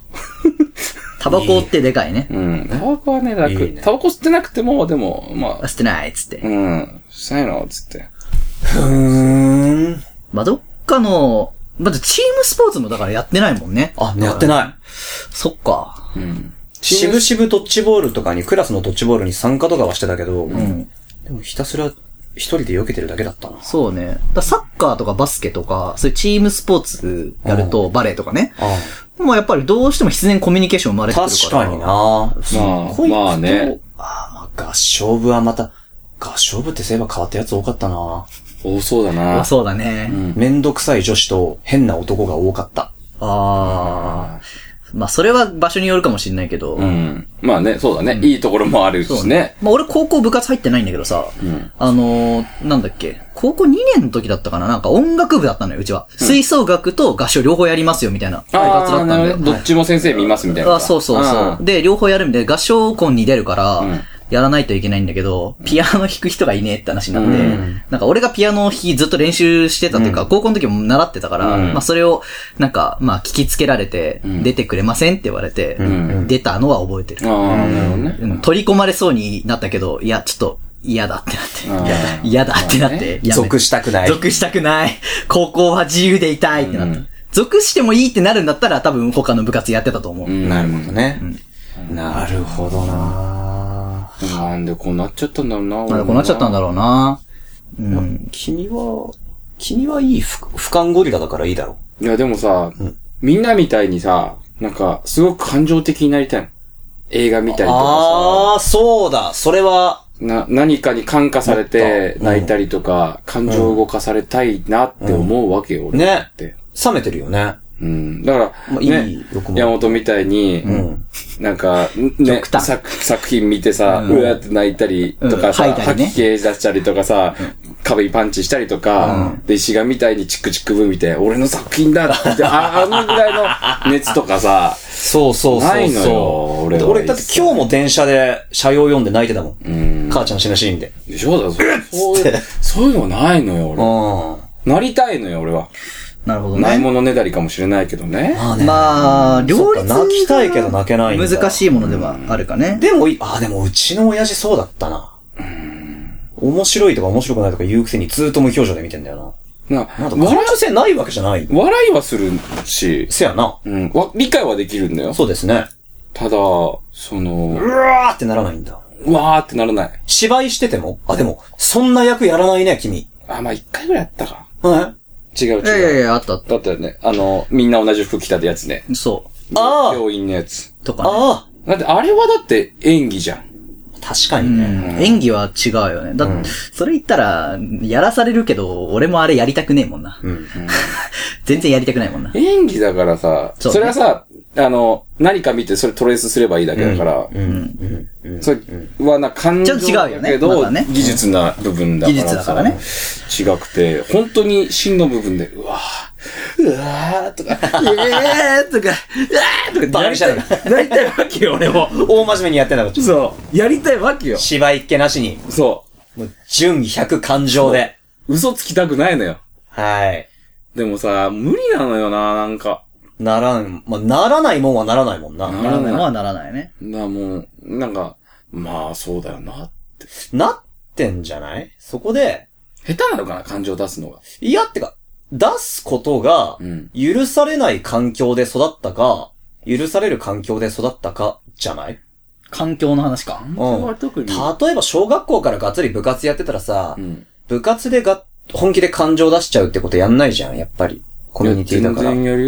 タバコってでかいね。
うん。タバコはね、
いい
楽。
ね
タバコ吸ってなくても、でも、ま
あ
あ、
捨てないっつって。
うん。しないのつって。
ふーん。
まあどっかの、まずチームスポーツもだからやってないもんね。
あ、やってない。
そっか。
うん。
しぶしぶドッジボールとかに、クラスのドッジボールに参加とかはしてたけど、でもひたすら一人で避けてるだけだったな。
そうね。だからサッカーとかバスケとか、そういうチームスポーツやると、バレーとかね。
あ
もうやっぱりどうしても必然コミュニケーション生まれてくる
確
から。
かになすっごい
まあね。
あまあ合唱部はまた、合唱部ってそういえば変わったやつ多かったな
多そうだ
ま
な。
あそうだね。
ん
めんどくさい女子と変な男が多かった。
ああ。まあそれは場所によるかもしれないけど。
うん。まあね、そうだね。いいところもある
そう
しね。。
まあ俺高校部活入ってないんだけどさ、あのー、なんだっけ、高校2年の時だったかななんか音楽部だったのよ、うちは。吹奏楽と合唱両方やりますよ、みたいな。部活だった
ああ、
ん
な
だ
る
よ
ほ。ど。どっちも先生見ますみたいな。
あそうそうそう。で、両方やるんで、合唱コンに出るから、やらないといけないんだけど、ピアノ弾く人がいねえって話になって、
うん
なんか俺がピアノを弾きずっと練習してたっていうか、高校の時も習ってたから、
うん
まあそれを、なんか、まあ聞きつけられて、出てくれませんって言われて、
ん
出たのは覚えてる。
うん。ああ、なるほどね。
うん取り込まれそうになったけど、いや、ちょっと、嫌だってなって
あ。ー
嫌だってなっ
まあね
て。やめ
属したくない。
属したくない。高校は自由でいたいってなった。
うん
属してもいいってなるんだったら、多分他の部活やってたと思う。
うん
なるほどね。なるほどな
なんでこうなっちゃったんだろう
な
な。
んでこうなっちゃったんだ
ろ
ろうな。うん。
君は、君はいいふ俯瞰ゴリラだからいいだろ。
う。いや、でもさ、みんなみたいにさ、なんか、すごく感情的になりたいの。映画見たりとか
ああ、そうだ。それは、
さ、な、何かに感化されて
うん
泣いたりとか、感情を動かされたいなって思うわけよ、俺だって。
冷めてるよね。
うん。だか
ま
ら、
あいい
ね
欲、も
山本みたいに、
ん
なんか、ね、
端
作作品見てさ、うわーって泣いたりとか
う
さ、
ん吐いたりね
吐き気出したりとかさ、壁にパンチしたりとか、で、石がみたいにチックチックブ見て、俺の作品だって、ああのぐらいの熱とかさ、
そうそうそうそう。
ないのよ俺は
俺だって今日も電車で車用読んで泣いてたもん。
うん。
母ちゃん死ぬシーンで。
でしょだからそうそういう、そういうのないの
う
よ、
ん。
俺。なりたいのよ、俺は。
なるほど
ない
ね。
ものねだりかもしれないけどね。
まあね。
まあ、両
そっ
立。
か泣きたいけど泣けないんだ
難しいものではあるかね。
でもい、ああ、でもうちの親父そうだったな。面白いとか面白くないとか言うくせにずっと無表情で見てんだよ
な
な。なんか感
笑
受性ないわけじゃない。
い笑いはするし、
せやな。
うん、わ理解はできるんだよ。
そうですね。
ただ、その
う、わーってならないんだ。
うわーってならない。
芝居しててもあ、でも、そんな役やらないね、君。
あ、まあ、一回ぐらいやったか。
え
違う違う。
いやいやいや、あったあっ
だったよね。あの、みんな同じ服着たってやつね。
た。そ
あー
病院のやつ。
う。とかね。
ああ
だって、あれはだって演技じゃん。
確かに
う
ね。
ん演技は違うよね。だって、それ言ったら、やらされるけど、俺もあれやりたくねえもんな。
うん。
<laughs> 全然やりたくないもんな。
演技だからさ、
そ
そうれはさ、あの、何か見てそれトレースすればいいだけだから、
うん。うん。
それはな、感情
ちょっと違うよ
だ
ね
け
ま
ど、
だね
技術な部分だからさ。
技術だからね
違くて、本当に真の部分で、うわー、うわーとか、
えーとか、えーと
バカにしちゃう
なりたいわけよ、俺も。
大真面目にやってんだから、
<laughs> そう。やりたいわけよ。
芝居っ気なしに、
そ
もう、純100感情で。
う、嘘つきたくないのよ。
はい。
でもさ、無理なのよな、なんか。
ならん、まあ、ならないもんはならないもんな。
ならないのはならないね。
な、もう、なんか、まあ、そうだよな。
なってんじゃないそこで、
下手なのかな、感情出すのが。
いやってか、出すことが
うん、
許されない環境で育ったか、許される環境で育ったか、じゃない
環境の話か。
うん。
は特に
例えば小学校からがっつり部活やってたらさ、
ん。
部活でが、本気で感情出しちゃうってことやんないじゃん、やっぱり。コミュニティだから。全然
全然やる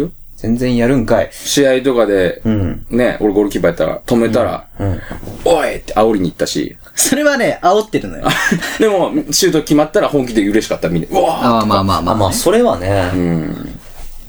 や
よ。
るんかい。
試合とかで、
うん。
ね、俺ゴールキーパーやったら、止めたら、
うん。
おいって煽りに行ったし、
それはね、煽ってるのよ。
でも、シュート決まったら本気で嬉しかった、みんな。うわ
ああ、まあまあま
あ、
あ。
まあ、それは
ー
ね、
うん。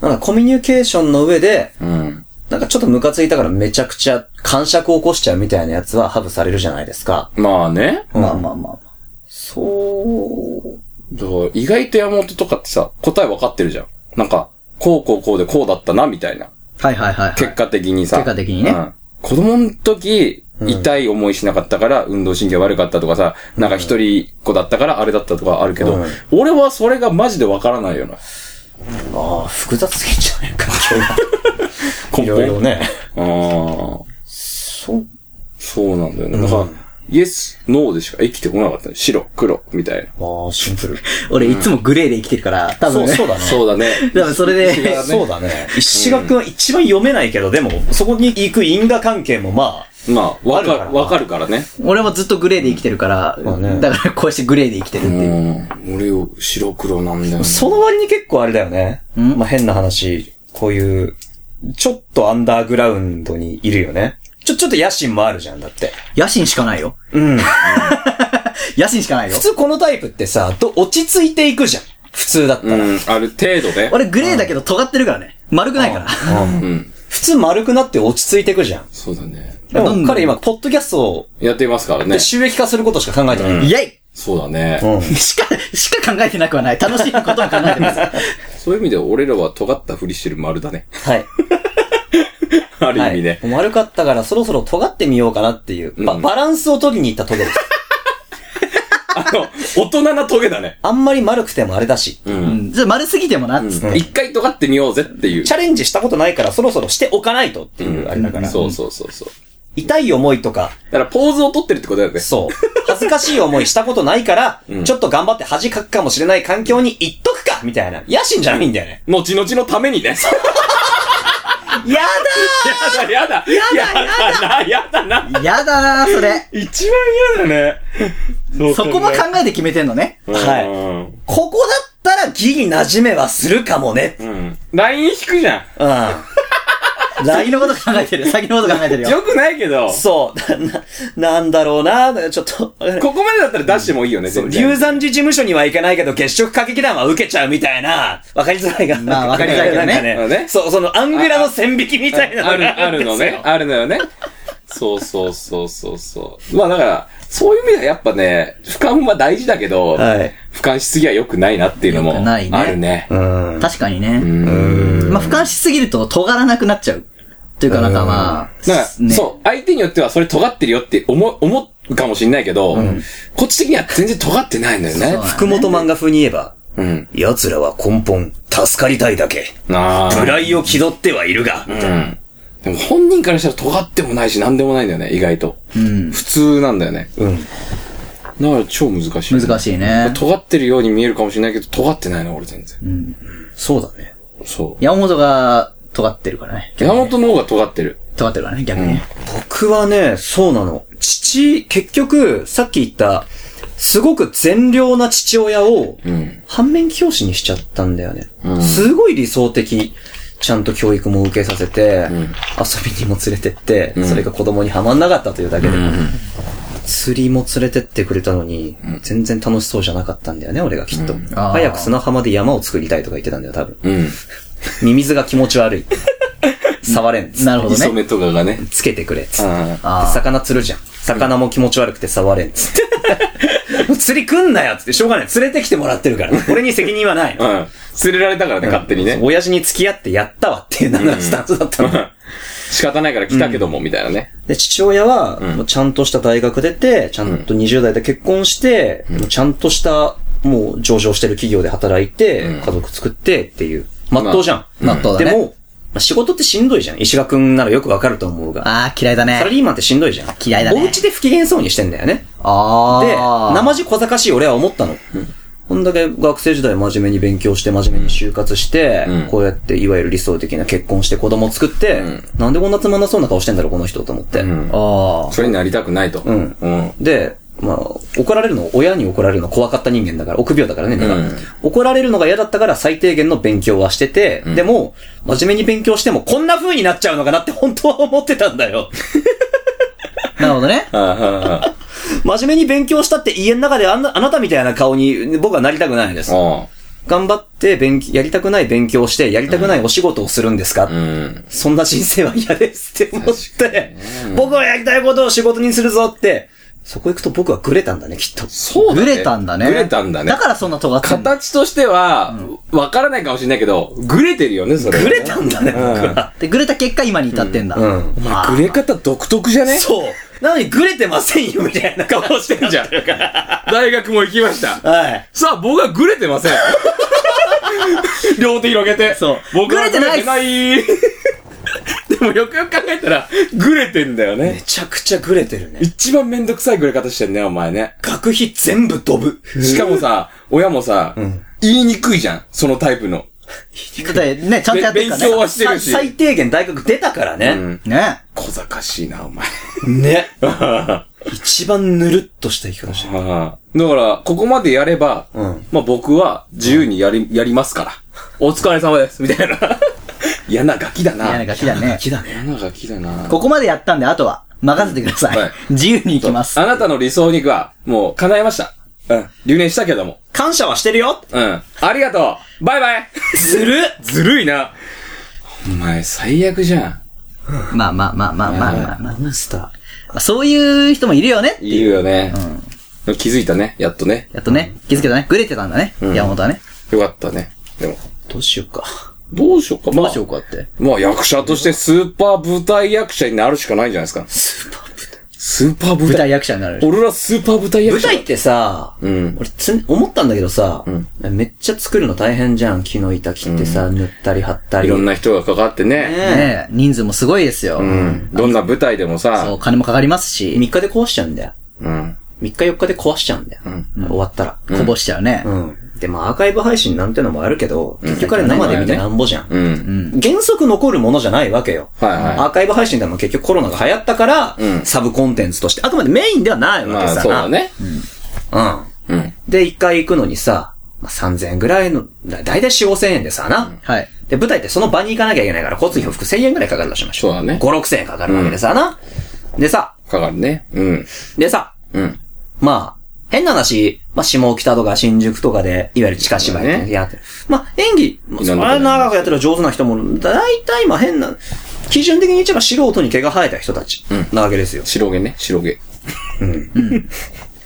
なんかコミュニケーションの上で、
うん。
なんかちょっとムカついたからめちゃくちゃ、感触を起こしちゃうみたいなやつはハブされるじゃないですか。
まあね。
まあまあまあ。
そう。
だから意外と山本とかってさ、答え分かってるじゃん。なんか、こうこうこうでこうだったな、みたいな。
はいはいはいはい。
結果的にさ。
結果的にね
うん子供の時、痛い思いしなかったから、運動神経悪かったとかさ、なんか一人っ子だったからあれだったとかあるけど、
うん
俺はそれがマジでわからないよな。
ああ、複雑すぎんじゃない <laughs> か。
根
いろいろ
本。
ね。
ああ。
そう。
そうなんだよね。だから、イエス、ノーでしか生きてこなかったね。白、黒、みたいな。
ああ、シンプル。
俺いつもグレーで生きてるから、多分ね。
そうだね。
そうだね。
多分それで、
違う
そうだね。石垣は一番読めないけど、でも、そこに行く因果関係もまあ、
まあ、
あ
わか
るから
る、わかるからね。
俺もずっとグレーで生きてるから、
まあね
だからこうしてグレーで生きてるっていう。
うん。俺を白黒なんだよね。
その割に結構あれだよね。
ん
まあ変な話、こういう、ちょっとアンダーグラウンドにいるよね。ちょ、ちょっと野心もあるじゃん、だって。
野心しかないよ。
うん。
<laughs> 野心しかないよ
普。通このタイプってさ、ど、落ち着いていくじゃん。普通だった
う
ら。
ん、ある程度ね。
俺グレーだけど尖ってるからね。丸くないから。
うん。
普通丸くなって落ち着いていくじゃん。
そうだね。
で
どんどん
も彼今、ポッドキャスト
やっていますからね
で。収益化することしか考えてない。
イェイ
そうだね。
うん。
しか、しか考えてなくはない。楽しいことも考えてます。
そういう意味では俺らは尖ったふりしてる丸だね。
はい。
ある意
はい
味ね。。
丸かったからそろそろ尖ってみようかなっていう。ば
うん
バランスを取りに行ったトゲです。 <laughs>
あの、大人なトゲだね。
あんまり丸くてもあれだし。
<laughs> う。
うんん。じゃあ丸すぎてもな、つって。
一回尖ってみようぜっていう。
チャレンジしたことないからそろそろしておかないとっていうあれだから。
そうそうそうそう。
痛い思いとか、
だからポーズを取ってるってことだよね。
そう。 <laughs> 恥ずかしい思いしたことないから、
うん
ちょっと頑張って恥かくかもしれない環境に行っとくかみたいな。野心じゃないんだよね。
後々のためにね。
や
やだやだやだなやだな
だーやだなー、それ。
一番嫌だね。そう
そこも考えて決めてんのね。
は
う
ここだったらギリ馴染めはするかもね。
ん。うん。ライン引くじゃ
うん。
先のこと考え
<laughs>
てる。先のこと考えてる
ん。
よ。
よくないけど、
そう。 <laughs> な、なんだろうな。ちょっと、
ここまでだったら出してもいいよね、全然
流産時事務所には行かないけど、月食歌劇団は受けちゃうみたいな、わかりづらいが。
まあわかりづらいけどね
なんか
ね
そう、そのアングラの線引きみたいな
あ
の
る、
が
ある
んで
の
すよ
ね。。あるのよね。そうそうそうそうそう。まあだから、そういう意味ではやっぱね、俯瞰は大事だけど、
はい
俯瞰しすぎは良くないなっていうのも、
良くないね
あるね。
うん。
確かに
う
ね。
ん。
まあ、俯瞰しすぎると尖らなくなっちゃう。というか、なんかまあ、
だから、
ね
そう、相手によってはそれ尖ってるよって思、思うかもしんないけど、こっち的には全然尖ってないんだよね。
福本漫画風に言えば、
うん。
奴らは根本、助かりたいだけ。
ああ。
無頼を気取ってはいるが、
うん。でも本人からしたら尖ってもないし何でもないんだよね、意外と。
うん。
普通なんだよね。
うん。
だから超難しい。
難
し
しいね。
尖ってるように見えるかもしれないけど、尖ってないな、俺全然。
そうだね。
そう。
山本が尖ってるからね。
山本の方が尖ってる。
尖ってるからね、逆にね。
僕はね、そうなの。父、結局、さっき言った、すごく善良な父親を、
うん。
反面教師にしちゃったんだよね。すごい理想的。ちゃんと教育も受けさせて、
ん
遊びにも連れてって、
ん
それが子供にはまんなかったというだけで、
うん。
釣りも連れてってくれたのに、全然楽しそうじゃなかったんだよね、俺がきっと。
あー
早く砂浜で山を作りたいとか言ってたんだよ、多分。
うん。
ミミズが気持ち悪 <laughs> い。触れん。
なるほど
磯
ね。
目とかがね。
つけてくれ。つって
ああ。
あ
魚釣るじゃん。魚も気持ち悪くて触れん。つって。 <laughs> もう釣り来んなよっつって、しょうがない。連れてきてもらってる <laughs> から。俺に責任はない。
うん。釣れられたからね、勝手にね。
親父に付き合ってやったわっていうなんかスタンスだったの。
仕方ないから来たけども、みたいなね。
で、父親は、
ん
もうちゃんとした大学出て、ちゃんと20代で結婚して、もうちゃんとした、もう上場してる企業で働いて、
うん
家族作ってっていう。まっとうじゃん。
まあまっとうだね
でも、まあ仕事ってしんどいじゃん。石川くんならよくわかると思うが。
ああ、嫌いだ
サラ
ね。
リーマンってしんどいじゃん。
嫌いだね
お家で不機嫌そうにしてんだよね。で、
ああ。
生地小賢しい俺は思ったの。こんだけ学生時代真面目に勉強して真面目に就活して、
うん
こうやっていわゆる理想的な結婚して子供作って、
うん
なんでこんなつまんなそうな顔してんだろうこの人と思って。
うん。
ああ。
それになりたくないと。
ん
うん。
で、まあ、怒られるの、親に怒られるの怖かった人間だから、臆病だからね、だから
うん
怒られるのが嫌だったから最低限の勉強はしてて、でも、真面目に勉強してもこんな風になっちゃうのかなって本当は思ってたんだ
<laughs>
よ。
なるほどね。
あああ
真面目に勉強したって家の中であんなあなたみたいな顔に僕はなりたくないんです。
あ。
頑張って勉強、やりたくない勉強をして、やりたくないお仕事をするんです
<laughs>
か、
うん。
そんな人生は嫌ですって思って、僕はやりたいことを仕事にするぞって、そこ行くと僕はグレたんだね、きっと。
そうだ
グ
ね。
レたんだね。
グレたんだね
だ。からそんな尖ってんだ。
形としては、わからないかもしれないけど、グレてるよね、それ。
グレたんだね、僕は。
で、グレた結果今に至ってんだ。
うんうん
お前、グレ方独特じゃね
そう。なのにグレてませんよ、みたいな顔してる
じ
じ
ゃ
ゃ
ん
ん。。
大学も行きました。
はい。
さあ、僕はグレてません。両手広げて。
そう
僕は
グレてないっす
い。でもよくよく考えたら、グレてんだよ
め
ね。
ちゃくちゃグレてるね。
一番めんどくさいグレ方してんね、お前ね。
学費全部ドブ。
しかもさ、親もさ、言いにくいじゃん。そのタイプの。
だってね、ちゃんとやってるから
勉強
ね。
はしてるし
さ最低限大学出たから
う
ね。
ん
ね。
小賢しいな、お前。
<laughs> ね。一番ぬるっとした生き方してる。
はいだから、ここまでやれば、
うん
まあ僕は自由にやり、やりますから。お疲れ様です、みたいな。嫌なガキだな。
嫌なガキだね。
気だね。
嫌なガキだな。
ここまでやったんで、あとは、任せてください。
はい
自由に行きます。
あなたの理想肉は、もう叶えました。うん。留年したけども。
感謝はしてるよ
うん。ありがとうバイバイ
ずる
ずるいな。お前、最悪じゃん。
まあまあまあまあまあまあまあ。
モンスタ
まあそういう人もいるよね。
いるよね。気づいたね。やっとね。
やっとね、気づけたね。グレてたんだね。山本はね。
よかったね。でも、
ー。どうしようか。
どうしようか。まあ、
かって。
まあ役者としてスーパー舞台役者になるしかないんじゃないですか。スーパー舞台。スーパー
舞
舞
台
台。
役者になる。
俺らスーパー舞台役
舞
者。
台ってさ、
ん
俺つ、思ったんだけどさ、めっちゃ作るの大変じゃん。木の板切ってさ、塗ったり貼ったり。
いろんな人がかかって
ね
ね。
ねえ、人数もすごいですよ。
うん。どんな舞台でも
そ
さ
う、。金もかかります
3
し、
日で壊しちゃうんだよ。
うん。
3日4日で壊しちゃうんだよ。終わったら。
こぼしちゃうね。
うん。で、まあアーカイブ配信なんてのもあるけど、結局あれ生で見てなんぼじゃん。
うん。
原則残るものじゃないわけよ。
はいはい
アーカイブ配信でも結局コロナが流行ったから、
うん
サブコンテンツとして、あくまでメインではないわ
ま
け
あ、
さ。
そうだね。
な
うん。
うん。で、一回行くのにさ、まあ、3000円ぐらいの、だだいたい4、5000円でさ、な。
はい。
で、舞台ってその場に行かなきゃいけないから、交通費を含む1000円ぐらいかかるとしましょう。
そうだね
5、6000円かかるわけでさ、な。でさ、
かかるね。うん。
でさ、
うん。
まあ、変な話、まあ、下北とか新宿とかで、いわゆる地下芝居
そうだね
ねやってる。まあ、演技、ま
いろんな
あ、あれ長くやってる上手な人も、だいたいまあ変な、基準的に言っちゃえば素人に毛が生えた人たち、なわけですよ。
白毛ね、白毛。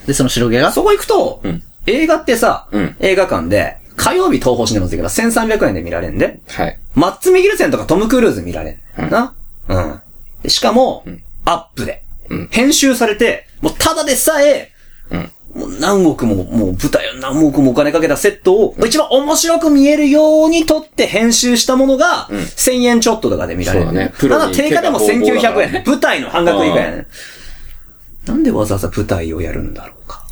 で、その白毛が
そこ行くと、
ん
映画ってさ、
うん
映画館で、火曜日東宝シネマズだけど、1300円で見られんで、
はい。
マッツ・ミギルセンとかトム・クルーズ見られん。
うん
なうんで。しかも、アップで、
ん
編集されて、もうただでさえ、
うん。
もう何億も、もう舞台を何億もお金かけたセットを、一番面白く見えるように撮って編集したものが、1000円ちょっととかで見られる。
そうだねプロに
ただ定価でも
手が
1900
棒だ
円。舞台の半額以下やね。なんでわざわざ舞台をやるんだろうか。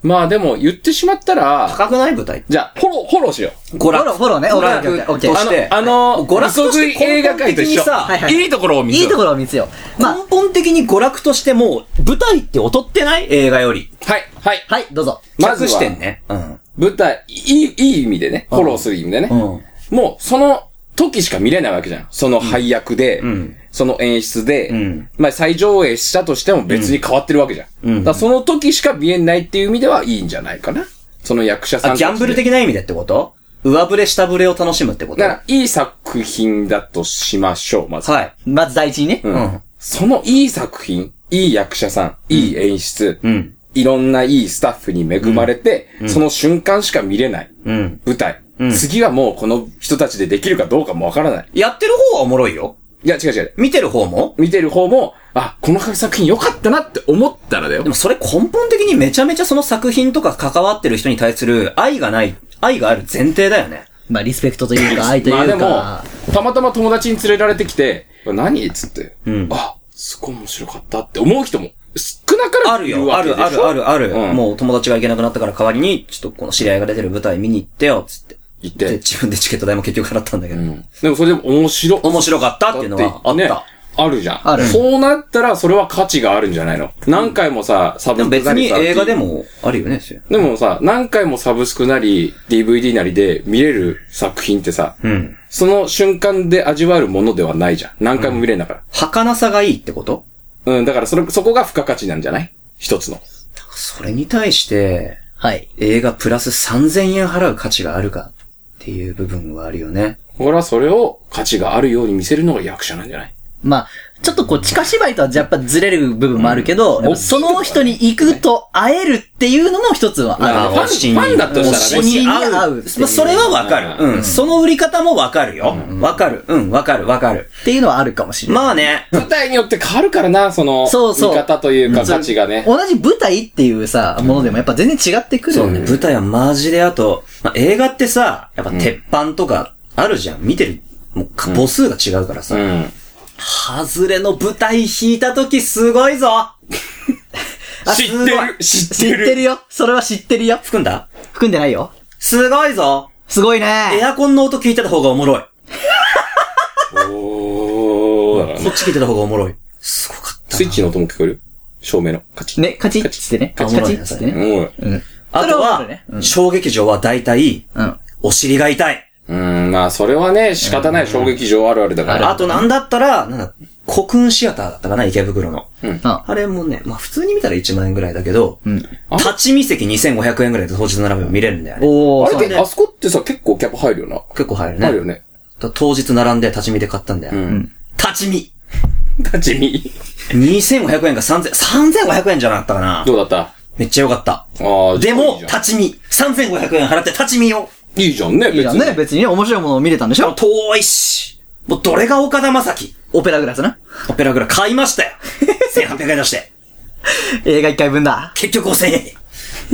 まあでも、言ってしまったら、
高くない舞台って。
じゃあ、フォロー、フォローしよ
娯楽。
フォローフォローね
娯
オッケー
楽
オッケーオッケ
と
ー
う。あ
して。
の、あの、
娯楽として
嘘食い映画界と一緒。
根本的にさ
はいはい
いいところを見せ
い
よう
いところを見つよう。まあ、
根本的に娯楽としても、舞台って劣ってない映画より。
はい、はい。
はい、どうぞ。
まず
着視
は、
点ね。うん。
舞台、いい、いい意味でね、フォローする意味でね。
う
もう、その時しか見れないわけじゃん。その配役で、
ん
その演出で、
ん
まあ再上映したとしても別に変わってるわけじゃん。だからその時しか見えないっていう意味ではいいんじゃないかな。その役者さん
あ、
として
ギャンブル的な意味でってこと上振れ下振れを楽しむってこと
だから、いい作品だとしましょう、まず。
はい。
まず第一にね。
うん。そのいい作品、いい役者さん、いい演出、いろんないいスタッフに恵まれて、その瞬間しか見れない、
ん
舞台、次はもうこの人たちでできるかどうかもわからない。
やってる方はおもろいよ。
いや、違う違う。
見てる方も
見てる方も、あ、この作品良かったなって思ったらだよ
で。もそれ根本的にめちゃめちゃその作品とか関わってる人に対する愛がない、愛がある前提だよね。
まあ、リスペクトというか、愛と
まあ
い
で
う
も
か。、
たまたま友達に連れられてきて、何っつって、あ、すごい面白かったって思う人も少なから
あ
ず
る
いる
よ、あ
わけで
る、
しょ
ある、ある、ある。
うん
もう友達が行けなくなったから代わりに、ちょっとこの知り合いが出てる舞台見に行ってよ、つって。
行っ
で、
て。
自分でチケット代も結局払ったんだけど。
うんでもそれでも面白い
面白かったっていうのはあった。
ねあるじゃん。
ある
そうなったら、それは価値があるんじゃないの何回もさ、サブ
でも
スク
別
なり
に
さ
映画で。もあるよね、それ
でもさ、何回もサブスクなり、DVD なりで見れる作品ってさ、
ん
その瞬間で味わえるものではないじゃん。何回も見れんだから。
儚さがいいってこと
うん、だからそれ、そこが付加価値なんじゃない一つの。
それに対して、
はい。
映画プラス3000円払う価値があるかっていう部分はあるよね。
ほら、それを価値があるように見せるのが役者なんじゃない
まあ、ちょっとこう、地下芝居とはやっぱずれる部分もあるけど、やっぱその人に行くと会えるっていうのも一つはあ
あ
る。
ファンファンだとしたら
推
ね、
しに合う
合
っていう
まあ、それはわかる。うん。その売り方もわかるよ。わかる。うん、わかる、わかる。
っていうのはあるかもしれない。
まあね。
舞台によって変わるからな、その、
そうそう
見方というか価値がね。
同じ舞台っていうさ、ものでもやっぱ全然違ってくる
そ
よ
うね。
ね。
舞台はマジで、あと、まあ、映画ってさ、やっぱ鉄板とかあるじゃん。見てる、もうか、母数が違うからさ
う。ん。
外れの舞台引いた時すごいぞ
あ
知って
すごい
る、知っ
知
て
って
る。
るよ。それは知ってるよ。
含んだ
含んでないよ。
すごいぞ
すごい
エ
ね。
アコンの音聞いてた方がおもろい。
おー
こっち聞いてた方がおもろい。すごかったな。
スイッチの音も聞こえる照明の。カチッ。
ね、カチッつってね。カ
カ
チ
チッ
ッつってね。
おい。
うん。
あ
それ
と
はわ
は
かるねう、ん
小劇場は大体、
うん。
お尻が痛い。
うん、まあ、それはね、仕方ない衝撃場あるあるだから。
あとなんだったら、なんだ、コクーンシアターだったかな、池袋の。
あ、
あれもね、まあ普通に見たら1万円ぐらいだけど、
うん。
立ち見席2500円ぐらいで当日並べば見れるんだよね。
おー、
あ
そう
れ
だ
っ
ね
て、あそこってさ、結構キャップ入るよ
結構入る
な。
ね。
入る
<laughs>
よね。
だ当日並んで立ち見で買ったんだよ。
うん。
立ち見
立ち見。
!2500 円か3000、3500円じゃなかったかな
どうだった
めっちゃよかった。
ああ、
でも、
いいじゃん
立ち見 !3500 円払って立ち見よ
いいじゃんね、別
いいじゃん
に。
ね。別にね、面白いものを見れたんでしょ
遠いしもうどれが岡田将生
オペラグラスな。
オペラグラ買いま <laughs> したよ !1800 円出して
映画一回分だ。
結局5000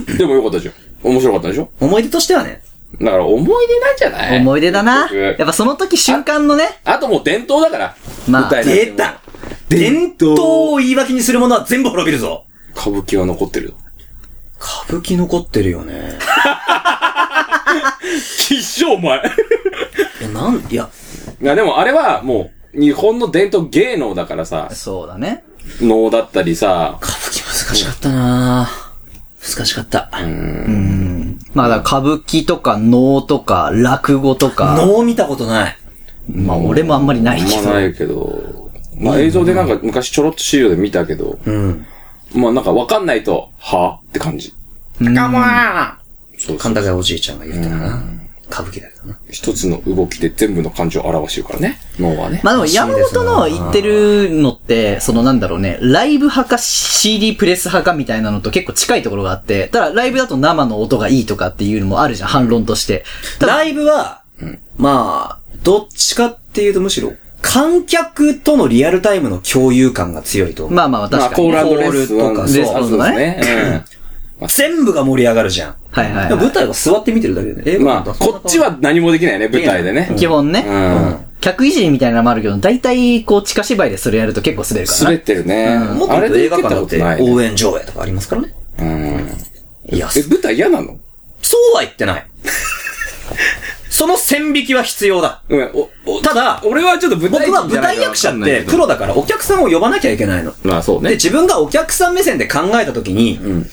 円
でもよかったじゃん。面白かったでしょ
思い出としてはね、
だから思い出なんじゃない
思い出だな。
結
やっ
局
ぱその時瞬間のね。
あともう伝統だから。
まあ
舞台なんて
出
もう
た伝統を言い訳にするものは全部滅びるぞ
歌舞伎は残ってる。
歌舞伎残ってるよね。
きっしょ、お <laughs>
<laughs>
前。
いや、なん、いや、
いや、でもあれはもう、日本の伝統芸能だからさ、
そうだね。
能だったりさ、
歌舞伎難しかったなぁ難しかった。
まあだから歌舞伎とか能とか落語とか。
能見たことない。
まあ俺もあんまりないけ
あんま
ど。
ないけど、まあ映像でなんか昔ちょろっと資料で見たけど、
うん。
まあなんかわかんないと、はぁって感じ。
かもー
そうそう
神田がおじいちゃんが言ってたな。歌舞伎だけどな。
一つの動きで全部の感情を表してるからね、脳はね。
まあでも山本の言ってるのって、そのなんだろうね、ライブ派か CD プレス派かみたいなのと結構近いところがあって、ただライブだと生の音がいいとかっていうのもあるじゃん、反論として。ただ
ライブは、まあ、どっちかっていうとむしろ、観客とのリアルタイムの共有感が強いと思う。
まあまあ
まあ、
確かにね。
ラ
コールレスポン
コールとか
そう
そう
そうですね。
全部が盛り上がるじゃん。
はいはいはい
でも舞台は座って見てるだけでね。映
うん
画
ま
だ
あ、
と
こっちは何もできないね、舞台でね。
基本ね。
うん。
客いじりみたいなのもあるけど、大体こう地下芝居でそれやると結構滑るからな。
滑ってるね。
もっと言
あれ
うと
で
映
受
画
け
館
た
だ
こ
っ
と
て
ない。
応援上映とかありますからね。
うん。
いや、
え、舞台嫌なの
そうは言ってない。その線引きは必要だ。
うん、お、お、
ただ、
俺はちょっと舞
僕
台人
は
じ
舞
ゃな
台
いからわ
役者
か
っ
んない
て
けど
プロだからお客さんを呼ばなきゃいけないの。
まあそう
で、
ね。
自分がお客さん目線で考えたときに、
ん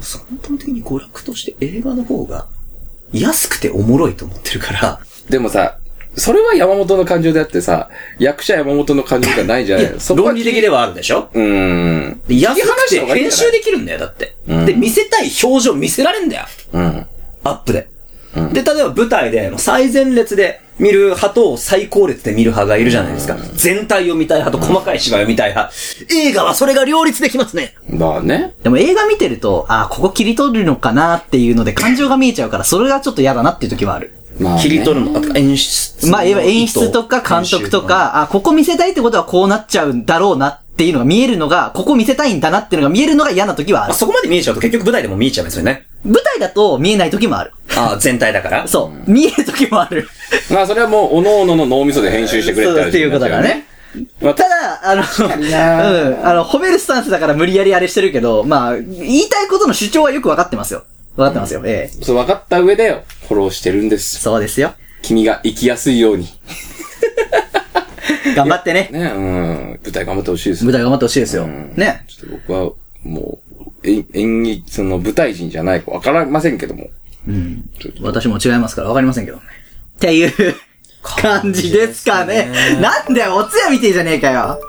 その根本的に娯楽として映画の方が安くておもろいと思ってるから、
でもさ、それは山本の感情であってさ、役者山本の感情がないじゃないのそこは
論理的ではあるでしょ
うーん。
で安
切り離
く
した
て
方がいいん
編
じゃない
集できるんだよ、だって。
うん
で、見せたい表情見せられんだよ。
うん。
アップで。で、例えば舞台で最前列で見る派と最後列で見る派がいるじゃないですか。全体を見たい派と細かい芝居を見たい派。映画はそれが両立できますね。
まあね。
でも映画見てると、ああ、ここ切り取るのかなっていうので感情が見えちゃうから、それがちょっと嫌だなっていう時はある。
まあ、ね。
切り取るの、あと演出。
まあ、いわゆる演出とか監督とか、あここ見せたいってことはこうなっちゃうんだろうなっていうのが見えるのが、ここ見せたいんだなっていうのが見えるのが嫌な時はあ
まあ、
る。
そこまで見えちゃうと結局舞台でも見えちゃうんですよね。
舞台だと見えない時もある。
ああ、全体だから。う。
そう。見える時もある。
まあそれはもう、おのおのの脳みそで編集してくれ
そ
っ
う
て
っていうことだね。。
まあ、
ただ、あの、うん、あの、褒めるスタンスだから無理やりあれしてるけど、まあ、言いたいことの主張はよくわかってますよ。わかってますよ。ええ。
そう分かった上で、フォローしてるんです。
そうですよ。
君が生きやすいように。
頑張ってね。
ね、うん。舞台頑張ってほしいです。
舞台頑張ってほしいですよ。
ん
ね。
ちょっと僕は、もう、え演技、その舞台人じゃないか分からませんけども。
私も違いますから分かりませんけどね。っていう感じですかね。なんだよ、おつやみてえじゃねえかよ。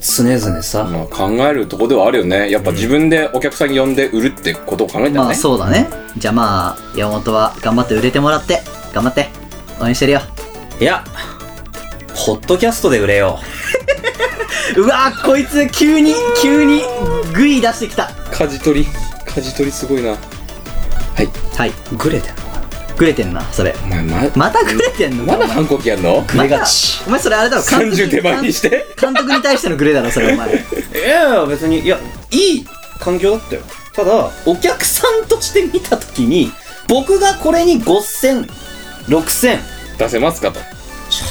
常々さ、
まあ考えるとこではあるよね。やっぱ自分でお客さん呼んで売るってことを考えたらね。
まあそうだね。じゃあまあ、山本は頑張って売れてもらって、頑張って。応援してるよ。
いや、ポッドキャストで売れよう。
うわーこいつ急に急にグイ出してきた
舵取り。舵取りすごいな。はい。
はい
グレてんの
グレてんなそれ
お前、ま、
またグレてんの
まだ反抗期やんの
グレがち。
お前それあれだろ監督
?30 手前にして。
監督に対してのグレだろそれお前
いやいや、別に、いや、いい環境だったよ。ただ、お客さんとして見たときに、僕がこれに5000、6000、
出せますかと。
ち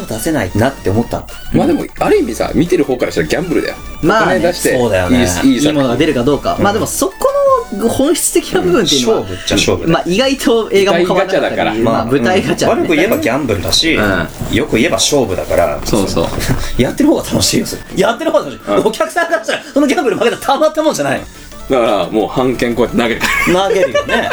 ょっと出せないなって思ったの。
まあでも、ある意味さ、見てる方からしたらギャンブルだよ。
まあね
お金出して、
そうだよね
いい、いい
<laughs> いいものが
作
出るかどうかまあでもそこの本質的な部分っていうのは
勝負っちゃ勝負だよ
まあ意外と映画も変わらなかったり
舞台ガチャだから
まあ舞台ガチャだね
悪く言えばギャンブルだし、
う
よく言えば勝負だから、
そうそう。
<laughs> やってる方が楽しいよ、それやってる方が楽しい。
うん
お客さんからしたら、そのギャンブル負けたらたまったもんじゃないの。
だから、もう、半券こうやって投げて。
投げるよね。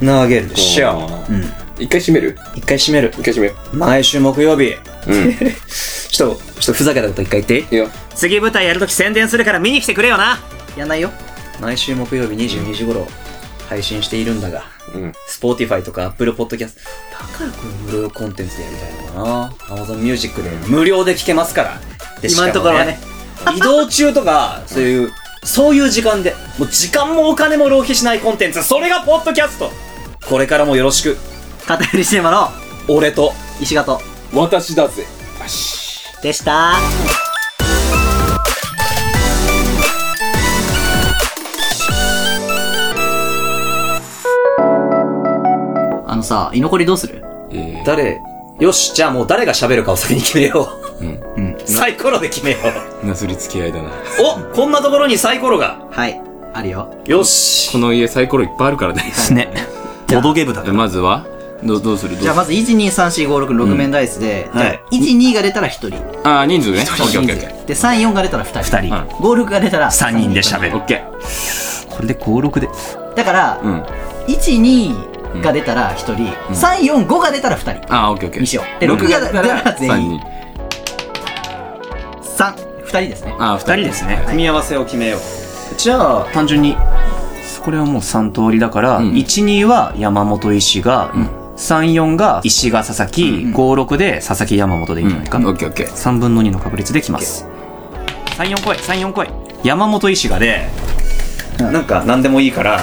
投げるでしょ。
うん。一回閉める
一回閉める。
一回閉める。
毎週木曜日。
うん。
ちょっと、ちょっとふざけたこと一回言っていい
いいよ。
次舞台やるとき宣伝するから見に来てくれよな
やんないよ
毎週木曜日22時頃配信しているんだが、
うん。
Spotify とか Apple Podcast、だからこの無料コンテンツでやりたいのかな Amazon Music で無料で聴けますから。で
今のところはね。
しかもね移動中とか、そういう、そういう時間で、もう時間もお金も浪費しないコンテンツ、それがポッドキャストこれからもよろしく、
片寄りシネマの
俺と、
石形
私だぜ。よし。
でしたあのさ居残りどうする
えー、
誰、よし、じゃあもう誰が喋るかを先に決めよ
うん。
うん
う。サイコロで決めよう。
なすり付き合いだな。
おこんなところにサイコロが
はいあるよ
よし
この家サイコロいっぱいあるからね。
ね。ボドゲ部だ
えまずはどう、どうするどうする
じゃあまず1234566面ダイスで、
うん
じゃあ
はい
12が出たら1人
あー、人数ね。オッケーオッケーオッケー。
で34が出たら2人
二人
56が出たら
3人で喋
オ
る
ッケー。
これで56で
だから、
うん。
12が出たら1人、345が出たら2人
あー、オッケーオッケー。
にしようで6が出たら全員
3人。
32人ですね
あー、2人。
ですね
組み合わせを決めよう
じゃあ単純にこれはもう3通りだから、
うん
12は山本石が、34が石が佐々木、56で佐々木山本でいいんじゃないか、
うん。オッケーオッケー。
3分の2の確率できます34来い34来い山本石がで
なんか何でもいいから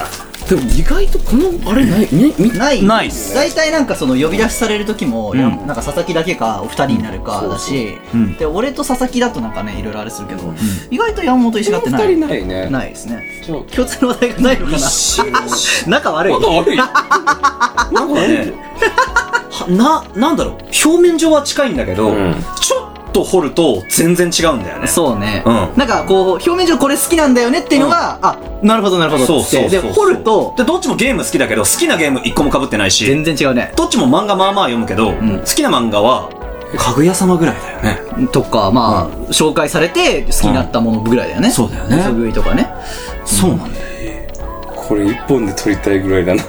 でも意外とこの、あれ、ない、み、み、
ない
ないっす
大体なんかその呼び出しされる時も、やなんか佐々木だけかお二人になるかだし、で俺と佐々木だとなんかねいろいろあれするけど、意外と山本石がってない
二人ないね。
ないですね
ちょっ
共通の話題がないのかな仲悪い
と。悪い。
なんかねはななんだろう表面上は近いんだけど、
うん
ちょっと掘ると全然違うんだよね
<laughs> そうね、
うん
なんかこう表面上これ好きなんだよねっていうのが、あなるほどなるほどっつってで掘ると
でどっちもゲーム好きだけど好きなゲーム一個もかぶってないし
全然違うね
どっちも漫画まあまあ読むけど、
ん
好きな漫画はかぐや様ぐらいだよね
とかまあ、紹介されて好きになったものぐらいだよね、
そうだよね
食いとかね
そうなんだよ
これ一本で撮りたいぐらいだな。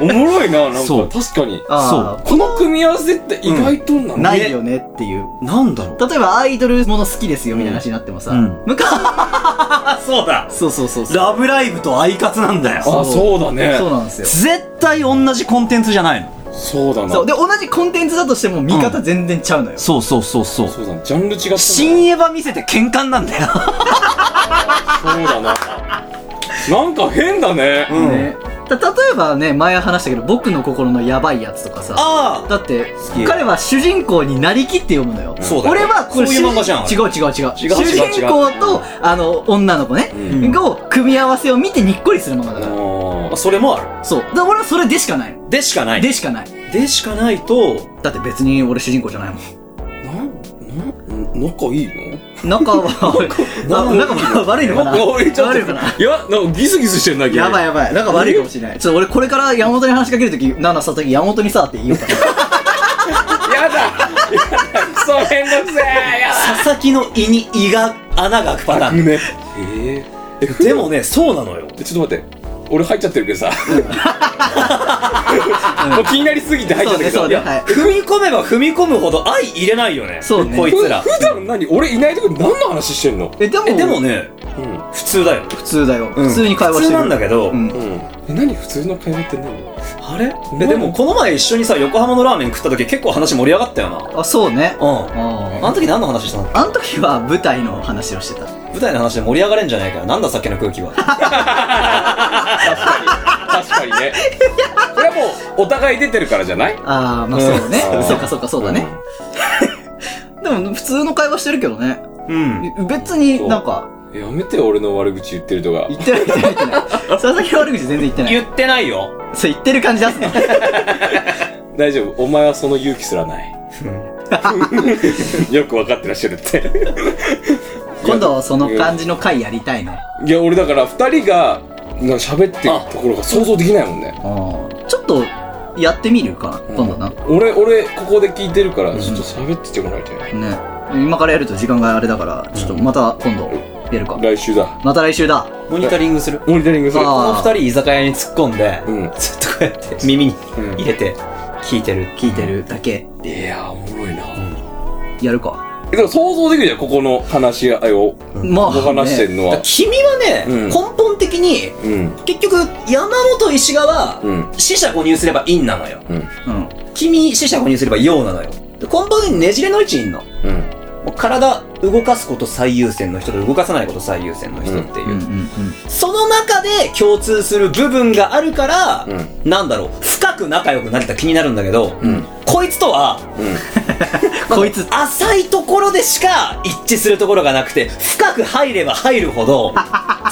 おもろいな、なん
そ
か。
う
確かに。
あ
この組み合わせって意外とな
あないよねっていう
なんだろう
例えばアイドルもの好きですよみたいな話になってもさ、
ん
昔
あそうだ
そうそうそうそう
ラブライブとアイカツなんだよ
あ、そうだね。
そうなんですよ
絶対同じコンテンツじゃないの
そうだな。
そうで同じコンテンツだとしても見方全然ちゃうのよ、
そうそうそうそう
そうだな。ジャンル違ったな。
新エヴァ見せて喧嘩になんだよ。
そうだな。なんか変だね。
ねた例えばね前話したけど僕の心のヤバいやつとかさ
あ
だって
き
彼は主人公になりきって読むのよ
そうだよ
俺はこれ
そういう漫画じゃん
主人違う違う違う
違う違う違う
主人公とあの女の子ね、
うん
を組み合わせを見てにっこりする漫画だか
あ
ら、
ー
あ。それもある。
そうだから俺はそれでしかないの
でしかない。
でしかない
でしかないと、
だって別に俺主人公じゃないもん
なん、なん、仲いいの
<laughs> 仲はあ仲は悪いのかな
おいちょっと
悪いのかない
や、なんかギスギスしてんだけど。
やばい
い。
やばい仲悪いかもしれないちょっと俺これから山本に話しかけるときナナさとき山本にさって言おう <laughs> かな
やだやだクソめんどくせえや
佐々木の胃に胃が穴が開くパタ
だ
ーン。
ね。え
<laughs>
え
でもね、そうなのよ。
ちょっと待って。俺入っちゃってるけどさ。もう気になりすぎて入っちゃったけ
そ
ど。
い
うね
や、
はい
踏み込めば踏み込むほど愛入れないよね。
そうね
こい
ふ
つら。
普段何俺いないとこ何の話してんの
えでも
え、でもね、
うん。
普通だよ。
普通だよ
うん
普通に会話してる
普通なんだけど
うん
うん。え、何普通の会話って何
ああれえでもこの前一緒にさ、横浜のラーメン食った時結構話盛り上がったよな。
あ、そうね。
うん。あ
あ
の時何の話したの
あの時は舞台の話をしてた。
舞台の話で盛り上がれんじゃないかよ。なんださっきの空気は。
確かにね。これはもう、お互い出てるからじゃない
ああ、まあそうね
うん。
そうかそうかそうだね。でも普通の会話してるけどね。
うん。
別になんか、
うんやめてよ、俺の悪口言ってるとか。
言ってない言ってない言ってない。佐々木の悪口全然言ってない。
言ってないよ。
そう言ってる感じ出すの。
大丈夫、お前はその勇気すらない。よくわかってらっしゃるって。
今度その感じの回やりたいね。
いや、俺だから二人が、なんか喋ってるところが想像できないもんね。
うんちょっと、やってみるかな。今度な。
俺、俺、ここで聞いてるから、ちょっと喋っててもらいたい。
ね。今からやると時間があれだから、ちょっとまた今度、やるか。
来週だ。
また来週だ。
モニタリングする。こ
モニタリングする。
あー
の二人居酒屋に突っ込んで、
うん。
ずっとこうやって耳に
うん
入れて聞いてる。
聞いてるだけ。
いやー、おもろいな。
やるか。
でも想像できるじゃん、ここの話し合いを。
まあ、
僕話して
ね
んのは。
君はね、
うん
根本的に、
うん。
結局、山本石川は、
うん。
死者誤入すれば陰なのよ。
うん。
うん。
君、死者誤入すれば陽なのよ。で根本的にねじれの位置にいんの。
うん。
もう体動かすこと最優先の人と動かさないこと最優先の人っていう。
うんうんうん。
その中で共通する部分があるから、
う
なんだろう、深く仲良くなれた気になるんだけど、
ん
こいつとは、
うん。
こいつ、 <laughs>
浅いところでしか一致するところがなくて、深く入れば入るほ
<laughs>
ど、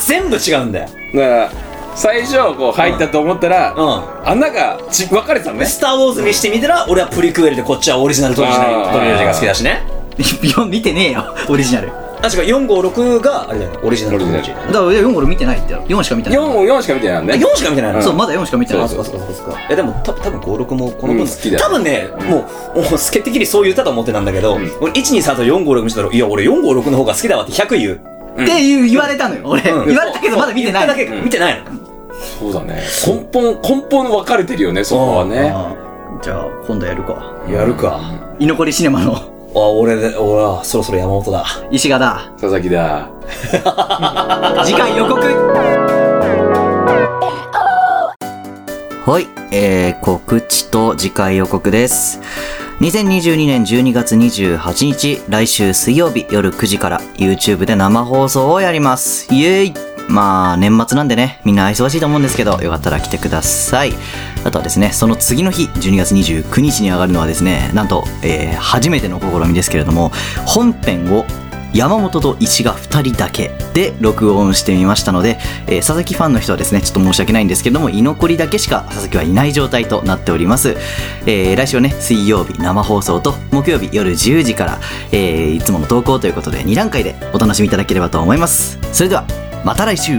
全部違うんだよ。
だから、最初、こう、入ったと思ったら、
う
穴がち分かれてたのね
ん。。スター・ウォーズにしてみたら、俺はプリクエルでこっちはオリジナルトリジナル
あー
トリロジーが好きだしね。
いや見てねえよ。オリジナル。だか
確か456が、あれだよね、オリジナルトリロジーだよね。
ら4これ見てないってよ。4しか見てない。
4を4しか見てないのね。
4しか見てないの
そう、まだ4しか見てない。
あ、そうかそうかそうか。え、でも、た多分56もこの
うん
分
好きだよ
多分ね、もう、 <laughs> もう、スケ的にそう言ったと思ってたんだけど、
ん
俺123と456見せたら、いや、俺456の方が好きだわって100言う。
っていう言われたのよ、俺。
うん
言われたけどまだ見てない。
言っただけ、見てないの。
そうだね。根本、根本分かれてるよね、そこはね。
あーじゃあ、今度やるか。
やるか。
居残りシネマの
あ、俺で、俺は、そろそろ山本だ。
石賀だ。
佐々木だ。
次回予告
はい、えー、告知と次回予告です。2022年12月28日、来週水曜日夜9時から YouTube で生放送をやります。イエーイまあ、年末なんでね、みんな忙しいと思うんですけど、よかったら来てください。あとはですね、その次の日、12月29日に上がるのはですね、なんと、えー、初めての試みですけれども、本編を山本と石が2人だけで録音してみましたので、えー佐々木ファンの人はですねちょっと申し訳ないんですけども居残りだけしか佐々木はいない状態となっております、えー来週はね水曜日生放送と木曜日夜10時から、えーいつもの投稿ということで2段階でお楽しみいただければと思いますそれではまた来週